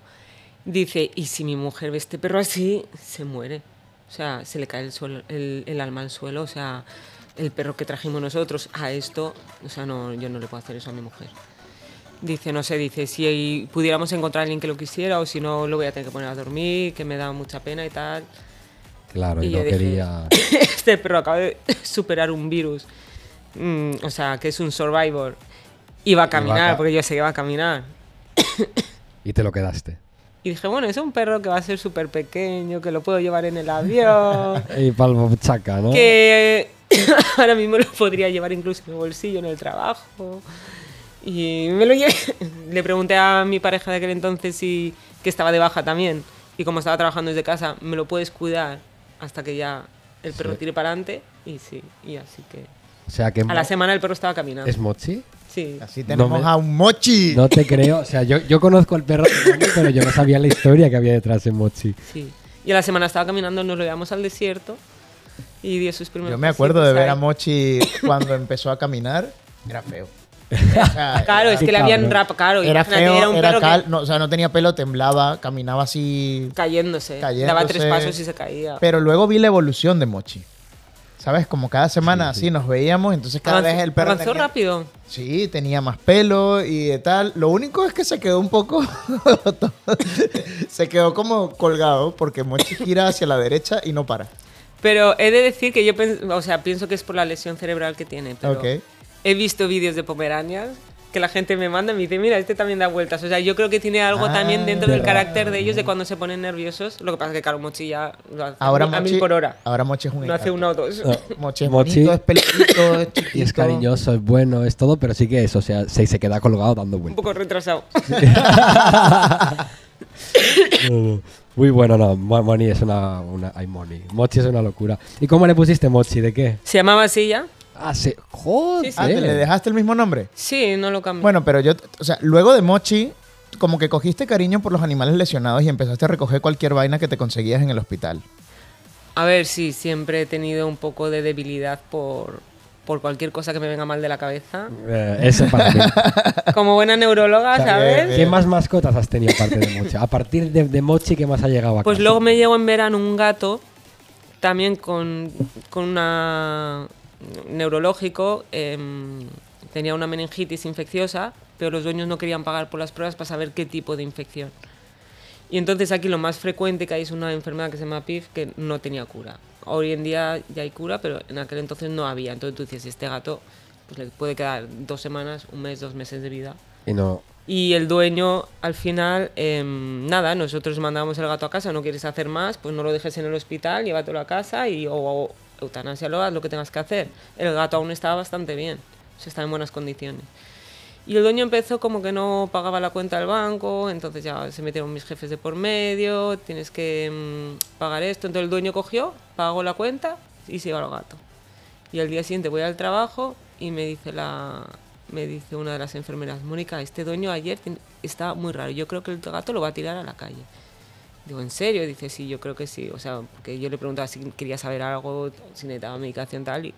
Speaker 2: Dice, y si mi mujer ve este perro así, se muere. O sea, se le cae el, suelo- el, el alma al suelo. O sea, el perro que trajimos nosotros a esto, o sea, no, yo no le puedo hacer eso a mi mujer. Dice, no sé, dice, si ahí pudiéramos encontrar a alguien que lo quisiera o si no, lo voy a tener que poner a dormir, que me da mucha pena y tal.
Speaker 1: Claro, y
Speaker 2: yo
Speaker 1: no
Speaker 2: dije,
Speaker 1: quería.
Speaker 2: este perro acaba de superar un virus. Mm, o sea, que es un survivor. Iba a caminar,
Speaker 1: ca-
Speaker 2: porque yo sé que iba a caminar.
Speaker 1: Y te lo quedaste.
Speaker 2: Y dije, bueno, es un perro que va a ser súper pequeño, que lo puedo llevar en el avión,
Speaker 1: Y palmo chaca, ¿no?
Speaker 2: que ahora mismo lo podría llevar incluso en el bolsillo, en el trabajo. Y me lo llevé. Le pregunté a mi pareja de aquel entonces si, que estaba de baja también. Y como estaba trabajando desde casa, ¿me lo puedes cuidar hasta que ya el perro
Speaker 1: Sí.
Speaker 2: tire para adelante? Y sí, y así que...
Speaker 1: O sea que.
Speaker 2: A la semana el perro estaba caminando.
Speaker 1: ¿Es mochi?
Speaker 2: Sí.
Speaker 3: Así
Speaker 1: No
Speaker 3: tenemos
Speaker 1: me-
Speaker 3: a un mochi.
Speaker 1: No te creo. O sea, yo, yo conozco el perro, de Moni, pero yo no sabía la historia que había detrás de mochi.
Speaker 2: Sí. Y a la semana estaba caminando, nos lo llevamos al desierto y dio sus primeros
Speaker 3: Yo me acuerdo de
Speaker 2: pasitos
Speaker 3: ver
Speaker 2: ahí.
Speaker 3: a Mochi cuando empezó a caminar. Era feo. O sea,
Speaker 2: Claro,
Speaker 3: era-
Speaker 2: es que le
Speaker 1: cabrón.
Speaker 2: habían rap, claro.
Speaker 3: Era
Speaker 2: imagínate,
Speaker 3: feo,
Speaker 2: era un
Speaker 3: era
Speaker 2: perro que-
Speaker 3: cal, no, o sea, no tenía pelo, temblaba, caminaba así.
Speaker 2: cayéndose,
Speaker 3: Cayéndose.
Speaker 2: Daba tres pasos y se caía.
Speaker 3: Pero luego vi la evolución de Mochi. ¿Sabes? Como cada semana así nos veíamos, entonces cada
Speaker 2: Avanzó-
Speaker 3: vez el perro.
Speaker 2: avanzó
Speaker 3: tenía-
Speaker 2: rápido.
Speaker 3: Sí, tenía más pelo y tal. Lo único es que se quedó un poco. se quedó como colgado porque Mochi gira hacia la derecha y no para.
Speaker 2: Pero he de decir que yo pens- o sea, pienso que es por la lesión cerebral que tiene. Pero
Speaker 3: Ok.
Speaker 2: He visto vídeos de pomeranias que la gente me manda y me dice, mira, este también da vueltas. O sea, yo creo que tiene algo
Speaker 3: Ah,
Speaker 2: también dentro del
Speaker 3: verdad.
Speaker 2: carácter de ellos de cuando se ponen nerviosos. Lo que pasa es que, claro, Mochi ya lo hace
Speaker 3: Ahora
Speaker 2: a mil- a
Speaker 3: Mochi, Ah,
Speaker 2: mil por hora.
Speaker 3: Ahora Mochi es un
Speaker 2: No hace
Speaker 3: encanto.
Speaker 2: uno o dos.
Speaker 3: Mochi es
Speaker 1: Mochi.
Speaker 3: bonito, es peludito, es chiquito.
Speaker 1: Y es cariñoso, es bueno, es todo, pero sí que es. O sea, se, se queda colgado dando
Speaker 2: Un
Speaker 1: vueltas.
Speaker 2: poco retrasado.
Speaker 1: No, no. Muy bueno, no. Mo- Moni es una. una ay, Moni. Mochi es una locura. ¿Y cómo le pusiste Mochi? ¿De qué?
Speaker 2: ¿Se llamaba así ya?
Speaker 1: Ah, se. Joder.
Speaker 2: Sí, sí.
Speaker 3: Ah, ¿te le dejaste el mismo nombre?
Speaker 2: Sí, no lo cambié.
Speaker 3: Bueno, pero yo, o sea, luego de Mochi, como que cogiste cariño por los animales lesionados y empezaste a recoger cualquier vaina que te conseguías en el hospital.
Speaker 2: A ver, sí, siempre he tenido un poco de debilidad por, por cualquier cosa que me venga mal de la cabeza.
Speaker 1: Eh, eso para mí.
Speaker 2: Como buena neuróloga,
Speaker 3: Está bien,
Speaker 2: ¿sabes?
Speaker 3: bien.
Speaker 1: ¿Qué más mascotas has tenido aparte de Mochi? A partir de, de Mochi, ¿qué más ha llegado a
Speaker 2: Pues
Speaker 1: casa?
Speaker 2: luego me llegó en verano un gato, también con, con una neurológico, em, tenía una meningitis infecciosa, pero los dueños no querían pagar por las pruebas para saber qué tipo de infección. Y entonces aquí lo más frecuente que hay es una enfermedad que se llama PIF que no tenía cura. Hoy en día ya hay cura, pero en aquel entonces no había. Entonces tú dices, este gato pues le puede quedar dos semanas, un mes, dos meses de vida.
Speaker 1: Y no.
Speaker 2: Y el dueño, al final, em, nada, nosotros mandábamos el gato a casa, no quieres hacer más, pues no lo dejes en el hospital, llévatelo a casa y o, o eutanasialo, haz lo que tengas que hacer. El gato aún estaba bastante bien, o sea, estaba en buenas condiciones. Y el dueño empezó como que no pagaba la cuenta al banco, entonces ya se metieron mis jefes de por medio, tienes que mm, pagar esto. Entonces el dueño cogió, pagó la cuenta y se iba al gato. Y al día siguiente voy al trabajo y me dice la me dice una de las enfermeras, Mónica, este dueño ayer tien- está muy raro, yo creo que el gato lo va a tirar a la calle. Digo, ¿en serio? Y Dice, sí, yo creo que sí. O sea, porque yo le preguntaba si quería saber algo, si necesitaba medicación tal, y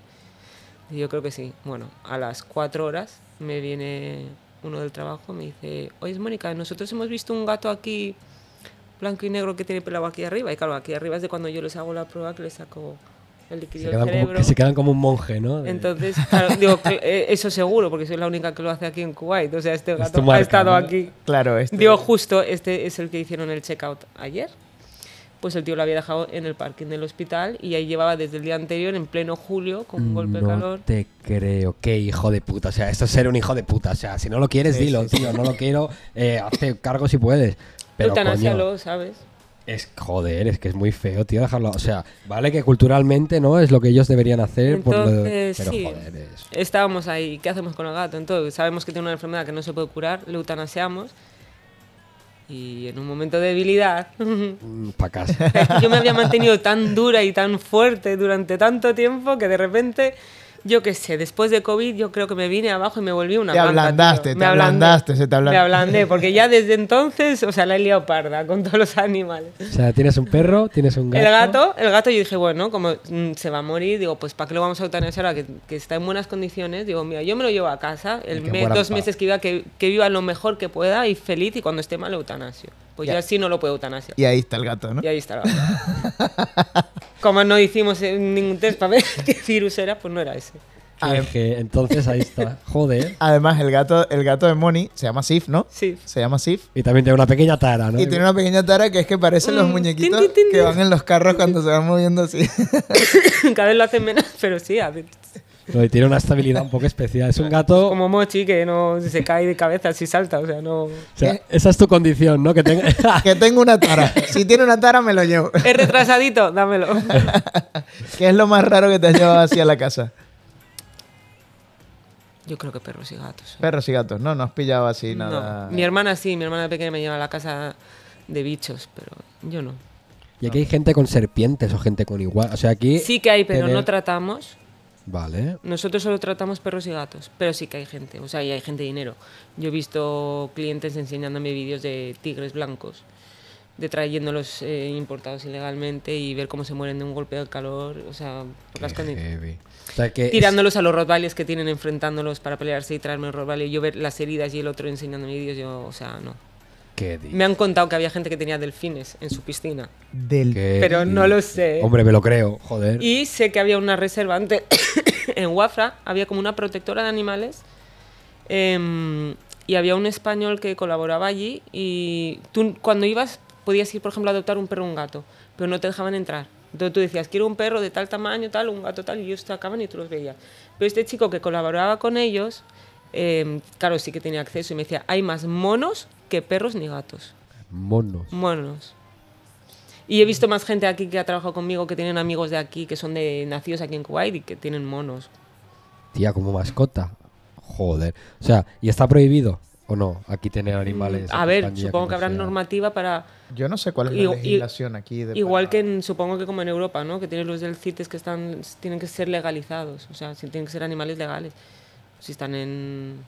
Speaker 2: y yo creo que sí. Bueno, a las cuatro horas me viene uno del trabajo, me dice, oye, Mónica, nosotros hemos visto un gato aquí blanco y negro que tiene pelado aquí arriba. Y claro, aquí arriba es de cuando yo les hago la prueba que les saco el
Speaker 1: Se
Speaker 2: líquido del
Speaker 1: quedan, como,
Speaker 2: cerebro.
Speaker 1: que se quedan como un monje, ¿no? De-
Speaker 2: Entonces, claro, digo, cl- eh, eso seguro, porque soy la única que lo hace aquí en Kuwait. O sea, este
Speaker 1: Es
Speaker 2: gato
Speaker 1: tu marca,
Speaker 2: ha estado
Speaker 1: ¿no?
Speaker 2: aquí.
Speaker 3: Claro, este.
Speaker 2: Digo, justo, este es el que hicieron el checkout ayer. Pues el tío lo había dejado en el parking del hospital y ahí llevaba desde el día anterior, en pleno julio, con un golpe
Speaker 1: no
Speaker 2: de calor.
Speaker 1: te creo, qué hijo de puta. O sea, esto es ser un hijo de puta. O sea, si no lo quieres,
Speaker 3: Sí,
Speaker 1: dilo,
Speaker 3: sí, sí.
Speaker 1: tío. No lo quiero, eh, hazte cargo si puedes. Pero coño,
Speaker 2: Eutanasialo, ¿sabes?
Speaker 1: es joder, es que es muy feo, tío, dejarlo. O sea, vale que culturalmente no es lo que ellos deberían hacer, por lo de-
Speaker 2: Entonces,
Speaker 1: pero
Speaker 2: sí,
Speaker 1: joder, es
Speaker 2: estábamos ahí. ¿Qué hacemos con el gato? Entonces, sabemos que tiene una enfermedad que no se puede curar, lo eutanasiamos. Y en un momento de debilidad,
Speaker 1: para casa.
Speaker 2: yo me había mantenido tan dura y tan fuerte durante tanto tiempo que de repente, yo qué sé, después de COVID yo creo que me vine abajo y me volví una
Speaker 3: Te
Speaker 2: planta,
Speaker 3: ablandaste,
Speaker 2: tío.
Speaker 3: te
Speaker 2: Me ablandé.
Speaker 3: ablandaste, se te ablan-
Speaker 2: Me ablandé, porque ya desde entonces, o sea, la he liado parda con todos los animales.
Speaker 1: O sea, tienes un perro, tienes un gato.
Speaker 2: El gato, el gato yo dije, bueno, como mm, se va a morir, digo, pues ¿para qué lo vamos a eutanasiar ahora que, que está en buenas condiciones? Digo, mira, yo me lo llevo a casa, el
Speaker 1: Y que
Speaker 2: mes-
Speaker 1: muera en
Speaker 2: dos
Speaker 1: paz.
Speaker 2: meses que viva, que, que viva lo mejor que pueda y feliz y cuando esté mal lo eutanasio. Pues
Speaker 3: Ya.
Speaker 2: yo así no lo puedo eutanasiar.
Speaker 3: Y ahí está el gato, ¿no?
Speaker 2: Y ahí estaba. Como no hicimos eh, ningún test para ver qué virus era, pues no era ese.
Speaker 3: Ah.
Speaker 1: Eje, entonces ahí está. Joder.
Speaker 3: Además, el gato, el gato de Moni se llama Sif, ¿no?
Speaker 2: Sí.
Speaker 3: Se llama Sif.
Speaker 1: Y también tiene una pequeña tara, ¿no?
Speaker 3: Y tiene una pequeña tara que es que parecen los
Speaker 2: Mm,
Speaker 3: muñequitos
Speaker 2: tin, tin, tin,
Speaker 3: que
Speaker 2: tin.
Speaker 3: van en los carros cuando se van moviendo así.
Speaker 2: Cada vez lo hacen menos, pero sí, a ver,
Speaker 1: No, y tiene una estabilidad un poco especial. Es un gato.
Speaker 2: como Mochi que no se cae de cabeza si salta, o sea, no.
Speaker 1: O sea, esa es tu condición, ¿no? Que tenga.
Speaker 3: que tengo una tara. Si tiene una tara, me lo llevo.
Speaker 2: Es retrasadito, dámelo.
Speaker 3: ¿Qué es lo más raro que te has llevado así a la casa?
Speaker 2: Yo creo que perros y gatos. ¿eh?
Speaker 3: Perros y gatos. No, no has pillado así
Speaker 2: No.
Speaker 3: nada.
Speaker 2: Mi hermana sí, mi hermana pequeña me lleva a la casa de bichos, pero yo no.
Speaker 1: Y aquí hay gente con serpientes o gente con igual. O sea, aquí.
Speaker 2: Sí que hay, pero
Speaker 1: tener-
Speaker 2: no tratamos.
Speaker 1: Vale.
Speaker 2: Nosotros solo tratamos perros y gatos, pero sí que hay gente, o sea, y hay gente de dinero. Yo he visto clientes enseñándome vídeos de tigres blancos, de trayéndolos eh, importados ilegalmente y ver cómo se mueren de un golpe de calor, o sea, por las condi-
Speaker 1: O sea, que Eh, es-
Speaker 2: Tirándolos a los rottweilers que tienen, enfrentándolos para pelearse y traerme el rottweiler, yo ver las heridas y el otro enseñándome vídeos, yo, o sea, no.
Speaker 1: ¿Qué di-
Speaker 2: Me han contado que había gente que tenía delfines en su piscina.
Speaker 3: Del...
Speaker 1: qué
Speaker 2: pero
Speaker 1: di-
Speaker 2: no lo sé.
Speaker 1: Hombre, me lo creo, joder.
Speaker 2: Y sé que había una reserva antes en Wafra, había como una protectora de animales em, y había un español que colaboraba allí y tú cuando ibas podías ir, por ejemplo, a adoptar un perro o un gato, pero no te dejaban entrar. Entonces tú decías, quiero un perro de tal tamaño, tal, un gato tal, y ellos te acaban y tú los veías. Pero este chico que colaboraba con ellos, em, claro, sí que tenía acceso y me decía, hay más monos que perros ni gatos.
Speaker 1: Monos.
Speaker 2: Monos. Y he visto más gente aquí que ha trabajado conmigo que tienen amigos de aquí que son de nacidos aquí en Kuwait y que tienen monos.
Speaker 1: Tía, como mascota. Joder. O sea, ¿y está prohibido o no aquí tener animales? de
Speaker 2: A ver,
Speaker 1: compañía
Speaker 2: supongo
Speaker 1: que
Speaker 2: que habrá
Speaker 1: sea-
Speaker 2: normativa para
Speaker 3: Yo no sé cuál es
Speaker 2: Y-
Speaker 3: la
Speaker 2: y-
Speaker 3: legislación aquí. De
Speaker 2: igual que en- supongo que como en Europa, ¿no? Que tienen los del CITES que están tienen que ser legalizados, o sea, si tienen que ser animales legales. Si están en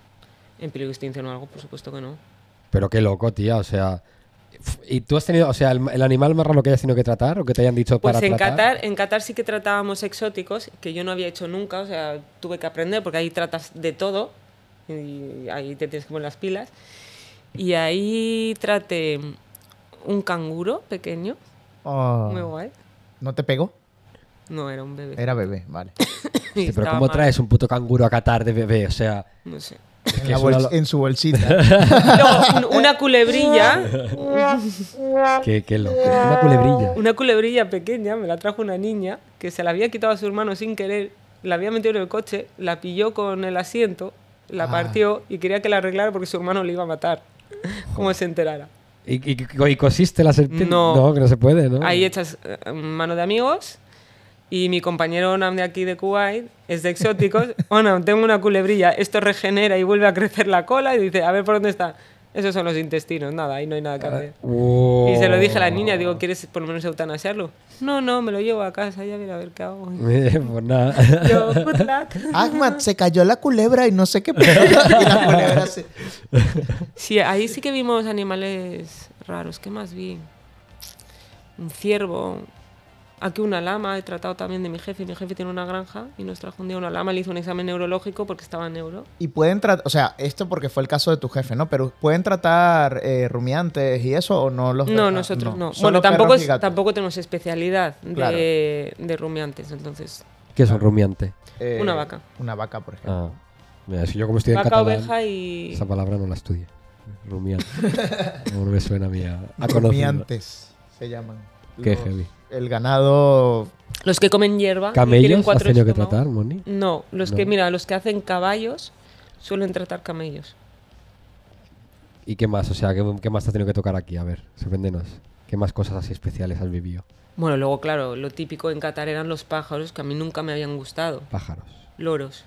Speaker 2: en peligro de extinción o algo, por supuesto que no.
Speaker 1: Pero qué loco, tía. O sea, ¿Y tú has tenido, o sea, el, el animal más raro que hayas tenido que tratar o que te hayan dicho
Speaker 2: Pues
Speaker 1: para
Speaker 2: en
Speaker 1: tratar?
Speaker 2: Qatar, en Qatar sí que tratábamos exóticos, que yo no había hecho nunca, o sea, tuve que aprender porque ahí tratas de todo y ahí te tienes que poner las pilas. Y ahí traté un canguro pequeño,
Speaker 1: Ah.
Speaker 3: Oh.
Speaker 2: muy guay.
Speaker 3: ¿No te pegó?
Speaker 2: No, era un bebé.
Speaker 3: Era bebé, vale.
Speaker 2: Y
Speaker 1: Sí, pero
Speaker 2: estaba
Speaker 1: ¿cómo
Speaker 2: mal,
Speaker 1: traes un puto canguro a Qatar de bebé? O sea,
Speaker 2: No sé.
Speaker 1: es
Speaker 3: En,
Speaker 1: que
Speaker 3: la
Speaker 1: es una
Speaker 3: bols-
Speaker 1: lo-
Speaker 3: en su bolsita.
Speaker 2: Luego, un- una
Speaker 1: Ah.
Speaker 2: culebrilla,
Speaker 1: qué, qué loco. Una culebrilla.
Speaker 2: una culebrilla pequeña, me la trajo una niña que se la había quitado a su hermano sin querer, la había metido en el coche, la pilló con el asiento, la
Speaker 3: Ah.
Speaker 2: partió y quería que la arreglara porque su hermano le iba a matar. Como se enterara.
Speaker 1: ¿Y, y- y cosiste la serpiente?
Speaker 2: No.
Speaker 1: que no se puede, ¿no?
Speaker 2: Ahí echas eh, mano de amigos y mi compañero Onam de aquí de Kuwait es de exóticos. Onam, tengo una culebrilla, esto regenera y vuelve a crecer la cola y dice, a ver por dónde está. Esos son los intestinos, nada, ahí no hay nada que hacer.
Speaker 1: Wow.
Speaker 2: Y se lo dije a la niña, digo,
Speaker 1: Oh.
Speaker 2: ¿quieres por lo menos eutanasiarlo? No, no, me lo llevo a casa, ya mira a ver qué hago.
Speaker 1: Eh, pues nada.
Speaker 2: Yo, good luck.
Speaker 3: Ahmad, se cayó la culebra y no sé qué pasó. Y la culebra se-
Speaker 2: Sí, ahí sí que vimos animales raros. ¿Qué más vi? Un ciervo. Aquí una lama, he tratado también de mi jefe. Mi jefe tiene una granja y nos trajo un día una lama. Le hizo un examen neurológico porque estaba en neuro.
Speaker 3: Y pueden tratar, o sea, esto porque fue el caso de tu jefe, ¿no? Pero pueden tratar eh, rumiantes y eso o no los.
Speaker 2: No,
Speaker 3: ah,
Speaker 2: nosotros no.
Speaker 3: Solo
Speaker 2: Bueno, tampoco,
Speaker 3: perros y
Speaker 2: es-
Speaker 3: gatos.
Speaker 2: tampoco tenemos especialidad
Speaker 3: Claro.
Speaker 2: de, de rumiantes. Entonces,
Speaker 1: que es un rumiante.
Speaker 3: Eh,
Speaker 2: una vaca.
Speaker 3: Una vaca, por
Speaker 1: Ah.
Speaker 3: ejemplo.
Speaker 1: Mira, si yo como estoy en
Speaker 2: vaca,
Speaker 1: catalán,
Speaker 2: oveja y.
Speaker 1: esa palabra no la estudio. Rumiante. no me suena a mí a, a
Speaker 2: Ah,
Speaker 1: conocerla.
Speaker 3: Rumiantes se llaman.
Speaker 1: Qué
Speaker 3: Los-
Speaker 1: heavy.
Speaker 3: El ganado.
Speaker 2: Los que comen hierba. y tienen
Speaker 1: ¿Camellos has
Speaker 2: cuatro
Speaker 1: tenido que
Speaker 2: estómagos.
Speaker 1: tratar, Moni?
Speaker 2: No, los
Speaker 1: No.
Speaker 2: que, mira, los que hacen caballos suelen tratar camellos.
Speaker 1: ¿Y qué más? O sea, ¿qué, qué más te has tenido que tocar aquí? A ver, sorpréndenos. ¿Qué más cosas así especiales has vivido?
Speaker 2: Bueno, luego, claro, lo típico en Qatar eran los pájaros, que a mí nunca me habían gustado.
Speaker 1: Pájaros.
Speaker 2: Loros.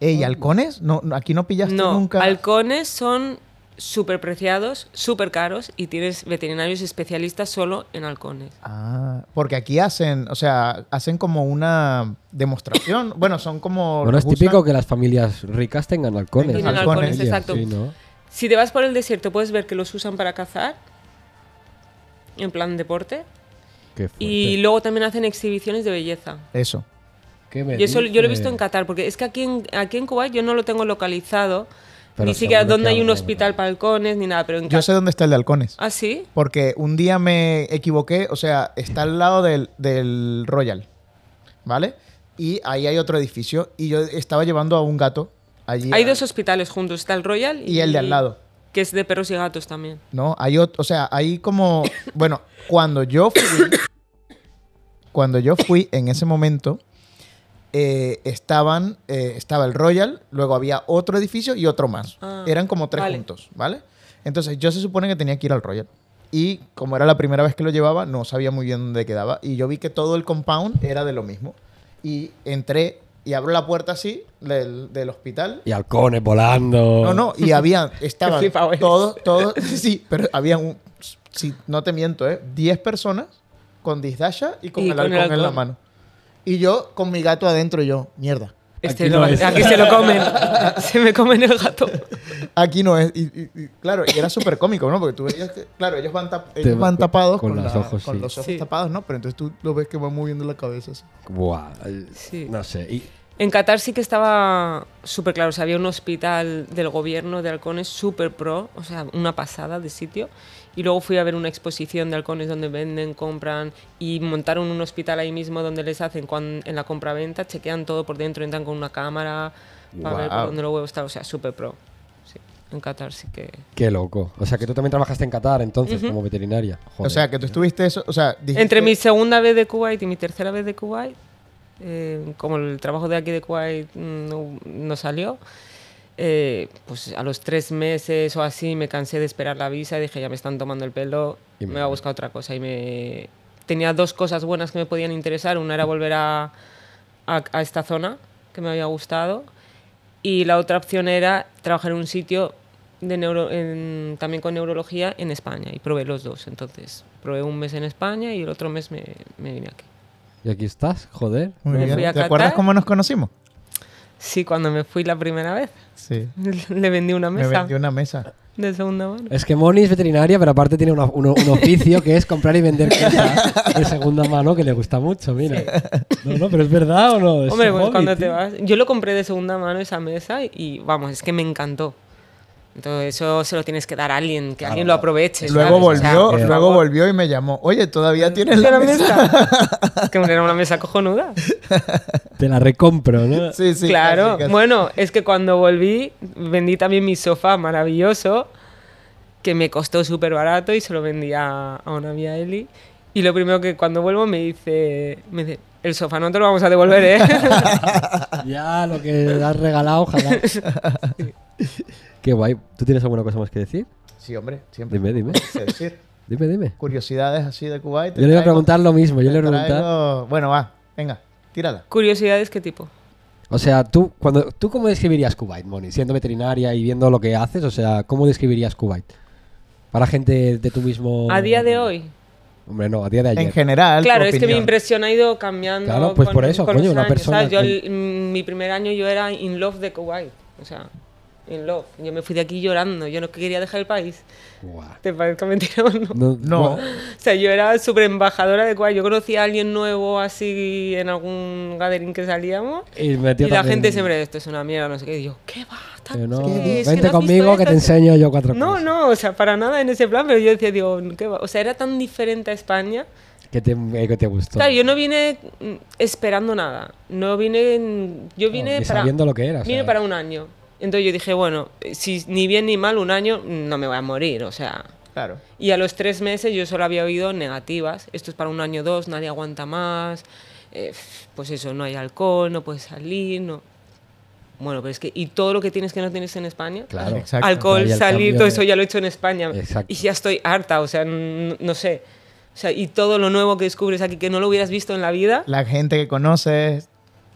Speaker 3: Ey, ¿y halcones? No, no, aquí no pillaste
Speaker 2: No,
Speaker 3: nunca.
Speaker 2: halcones son súper preciados, súper caros, y tienes veterinarios especialistas solo en halcones.
Speaker 3: Ah, porque aquí hacen, o sea, hacen como una demostración. bueno, son como.
Speaker 1: Bueno,
Speaker 3: nos
Speaker 1: es
Speaker 3: gustan-
Speaker 1: típico que las familias ricas tengan halcones.
Speaker 3: Tienen halcones,
Speaker 2: exacto.
Speaker 1: Sí, ¿no?
Speaker 2: Si te vas por el desierto, puedes ver que los usan para cazar, en plan deporte,
Speaker 1: Qué fuerte.
Speaker 2: y luego también hacen exhibiciones de belleza.
Speaker 3: Eso.
Speaker 1: ¿Qué me
Speaker 2: Y eso yo lo he visto en
Speaker 1: dices?
Speaker 2: Qatar, porque es que aquí en, aquí en Kuwait yo no lo tengo localizado,
Speaker 1: Pero
Speaker 2: ni siquiera
Speaker 1: seguro que
Speaker 2: dónde hay un
Speaker 1: algo
Speaker 2: hospital
Speaker 1: habrá.
Speaker 2: para halcones, ni nada, pero en
Speaker 3: Yo
Speaker 2: Qatar...
Speaker 3: sé dónde está el de halcones.
Speaker 2: ¿Ah, sí?
Speaker 3: Porque un día me equivoqué, o sea, está al lado del, del Royal, ¿vale? Y ahí hay otro edificio y yo estaba llevando a un gato allí.
Speaker 2: Hay dos hospitales juntos, está el Royal
Speaker 3: Y el de al lado.
Speaker 2: Que es de perros y gatos también.
Speaker 3: No, hay otro, o sea, hay como, bueno, cuando yo fui, cuando yo fui en ese momento, eh, estaban, eh, estaba el Royal, luego había otro edificio y otro más.
Speaker 2: Ah,
Speaker 3: Eran como tres
Speaker 2: vale.
Speaker 3: juntos, ¿vale? Entonces yo se supone que tenía que ir al Royal. Y como era la primera vez que lo llevaba, no sabía muy bien dónde quedaba. Y yo vi que todo el compound era de lo mismo. Y entré y abro la puerta así del, del hospital.
Speaker 1: Y halcones volando.
Speaker 2: Oh.
Speaker 3: No, no, y había, estaban
Speaker 2: flipado eres.
Speaker 3: todos, todos, sí, pero había un, sí, no te miento, ¿eh? 10 personas con disdasha y con
Speaker 2: Y
Speaker 3: el
Speaker 2: con el
Speaker 3: halcón en la
Speaker 2: halcón.
Speaker 3: mano. Y yo con mi gato adentro, y yo, mierda,
Speaker 2: Este
Speaker 1: Aquí
Speaker 2: no
Speaker 1: no
Speaker 2: va-
Speaker 1: es.
Speaker 2: aquí se lo comen. se me comen el gato.
Speaker 3: aquí no es. Y, y- y, claro, y era súper cómico, ¿no? Porque tú veías que, claro, ellos van, tap- ellos
Speaker 1: Te-
Speaker 3: van tapados con,
Speaker 1: con los
Speaker 3: la-
Speaker 1: ojos,
Speaker 3: con
Speaker 1: sí.
Speaker 3: los ojos
Speaker 2: Sí.
Speaker 3: tapados, ¿no? Pero entonces tú lo ves que van moviendo la cabeza así.
Speaker 1: Buah. eh,
Speaker 2: Sí.
Speaker 1: No sé. Y,
Speaker 2: En Qatar sí que estaba súper claro. O sea, había un hospital del gobierno de halcones súper pro. O sea, una pasada de sitio. Y luego fui a ver una exposición de halcones donde venden, compran y montaron un hospital ahí mismo donde les hacen cuan- en la compraventa, chequean todo por dentro, entran con una cámara para ver por
Speaker 3: Guau.
Speaker 2: dónde los huevos están. O sea, súper pro. Sí. En Qatar sí que...
Speaker 1: qué loco. O sea, que tú también trabajaste en Qatar entonces como veterinaria. Joder.
Speaker 3: O sea, que tú estuviste eso, o sea, dijiste-
Speaker 2: Entre mi segunda vez de Kuwait y mi tercera vez de Kuwait, eh, como el trabajo de aquí de Kuwait mm, no, no salió, eh, pues a los tres meses o así me cansé de esperar la visa y dije, ya me están tomando el pelo,
Speaker 1: Y me
Speaker 2: me voy a
Speaker 1: fui.
Speaker 2: buscar otra cosa. Y me tenía dos cosas buenas que me podían interesar. Una era volver a, a- a esta zona, que me había gustado, y la otra opción era trabajar en un sitio de neuro, en- también con neurología en España. Y probé los dos. Entonces, probé un mes en España y el otro mes me, me vine aquí.
Speaker 1: Y aquí estás, joder.
Speaker 3: Muy
Speaker 2: me
Speaker 3: bien.
Speaker 2: fui a
Speaker 3: ¿Te acuerdas
Speaker 2: Qatar.
Speaker 3: cómo nos conocimos?
Speaker 2: Sí, cuando me fui la primera vez.
Speaker 3: Sí.
Speaker 2: Le vendí una
Speaker 3: Me
Speaker 2: mesa
Speaker 3: vendió una mesa.
Speaker 2: de segunda mano.
Speaker 1: Es que Moni es veterinaria, pero aparte tiene una- uno- un oficio que es comprar y vender cosas de segunda mano que le gusta mucho, mira. No, no, pero es verdad o no. Es
Speaker 2: Hombre,
Speaker 1: su
Speaker 2: bueno,
Speaker 1: hobby,
Speaker 2: cuando te
Speaker 1: tío.
Speaker 2: vas. Yo lo compré de segunda mano esa mesa y vamos, es que me encantó. Entonces, eso se lo tienes que dar a alguien, que alguien lo aproveche.
Speaker 3: Luego
Speaker 2: ¿sabes? O sea,
Speaker 3: volvió,
Speaker 2: por
Speaker 3: luego
Speaker 2: favor.
Speaker 3: volvió y me llamó. Oye, todavía tienes
Speaker 2: ¿Tienes
Speaker 3: la mesa.
Speaker 2: Es que era una mesa cojonuda.
Speaker 1: Te la recompro, ¿no?
Speaker 3: Sí, sí.
Speaker 2: claro.
Speaker 3: casi, casi.
Speaker 2: Bueno, es que cuando volví, vendí también mi sofá maravilloso, que me costó súper barato y se lo vendí a, a una amiga Eli. Y lo primero que cuando vuelvo me dice, me dice, el sofá no te lo vamos a devolver, ¿eh?
Speaker 1: Ya, lo que has regalado, ojalá. Qué guay. ¿Tú tienes alguna cosa más que decir?
Speaker 3: Sí, hombre, siempre.
Speaker 1: Dime, dime.
Speaker 3: ¿Qué decir?
Speaker 1: Dime, dime.
Speaker 3: Curiosidades así de Kuwait.
Speaker 1: Yo le voy a preguntar lo mismo. Yo le voy a preguntar.
Speaker 3: Bueno, va, venga, tírala.
Speaker 2: Curiosidades, ¿qué tipo?
Speaker 1: O sea, ¿tú, cuando, ¿tú cómo describirías Kuwait, Moni? Siendo veterinaria y viendo lo que haces, o sea, ¿cómo describirías Kuwait? Para gente de tu mismo.
Speaker 2: A día de hoy.
Speaker 1: Hombre, no, a día de ayer.
Speaker 3: En general.
Speaker 2: Claro,
Speaker 3: tu
Speaker 2: es que mi
Speaker 3: opinión.
Speaker 2: impresión ha ido cambiando.
Speaker 1: Claro, pues
Speaker 2: con-
Speaker 1: por eso,
Speaker 2: con
Speaker 1: coño,
Speaker 2: los
Speaker 1: una
Speaker 2: años,
Speaker 1: persona
Speaker 2: ¿sabes? Yo,
Speaker 1: con-
Speaker 2: el- mm, mi primer año yo era in love de Kuwait. O sea, in love. Yo me fui de aquí llorando. Yo no quería dejar el país.
Speaker 1: Buah.
Speaker 2: ¿Te parezca mentira o no?
Speaker 1: No.
Speaker 3: No.
Speaker 1: buah.
Speaker 2: O sea, yo era súper embajadora de Kuwait. Yo conocía a alguien nuevo así en algún gathering que salíamos.
Speaker 1: Y, metió
Speaker 2: Y la
Speaker 1: también-
Speaker 2: gente siempre, esto es una mierda, no sé qué. Y yo, ¿qué va? Tan-
Speaker 1: Pero no,
Speaker 2: ¿qué es? ¿Que no
Speaker 1: vente
Speaker 2: has visto
Speaker 1: conmigo que
Speaker 2: esto?
Speaker 1: te enseño yo cuatro
Speaker 2: No,
Speaker 1: cosas.
Speaker 2: no, o sea, para nada en ese plan, pero yo decía, digo, ¿qué va? O sea, era tan diferente a España.
Speaker 1: Que te, eh, que te gustó.
Speaker 2: Claro, yo no vine mm, esperando nada. No vine. en- Yo
Speaker 1: No,
Speaker 2: vine
Speaker 1: ni
Speaker 2: para.
Speaker 1: sabiendo lo que era. o
Speaker 2: vine
Speaker 1: sea.
Speaker 2: para un año. Entonces yo dije, bueno, si ni bien ni mal un año, no me voy a morir, o sea.
Speaker 3: Claro.
Speaker 2: Y a los tres meses yo solo había oído negativas. Esto es para un año o dos, nadie aguanta más. eh, pues eso, no hay alcohol, no puedes salir, no. Bueno, pero es que. ¿Y todo lo que tienes que no tienes en España?
Speaker 1: Claro.
Speaker 3: Exacto.
Speaker 2: alcohol,
Speaker 1: Ahí el
Speaker 2: salir,
Speaker 1: cambio
Speaker 2: todo
Speaker 1: de-
Speaker 2: eso ya lo he hecho en España.
Speaker 1: Exacto.
Speaker 2: Y ya estoy harta, o sea, n- no sé. O sea, y todo lo nuevo que descubres aquí que no lo hubieras visto en la vida.
Speaker 3: La gente que conoces,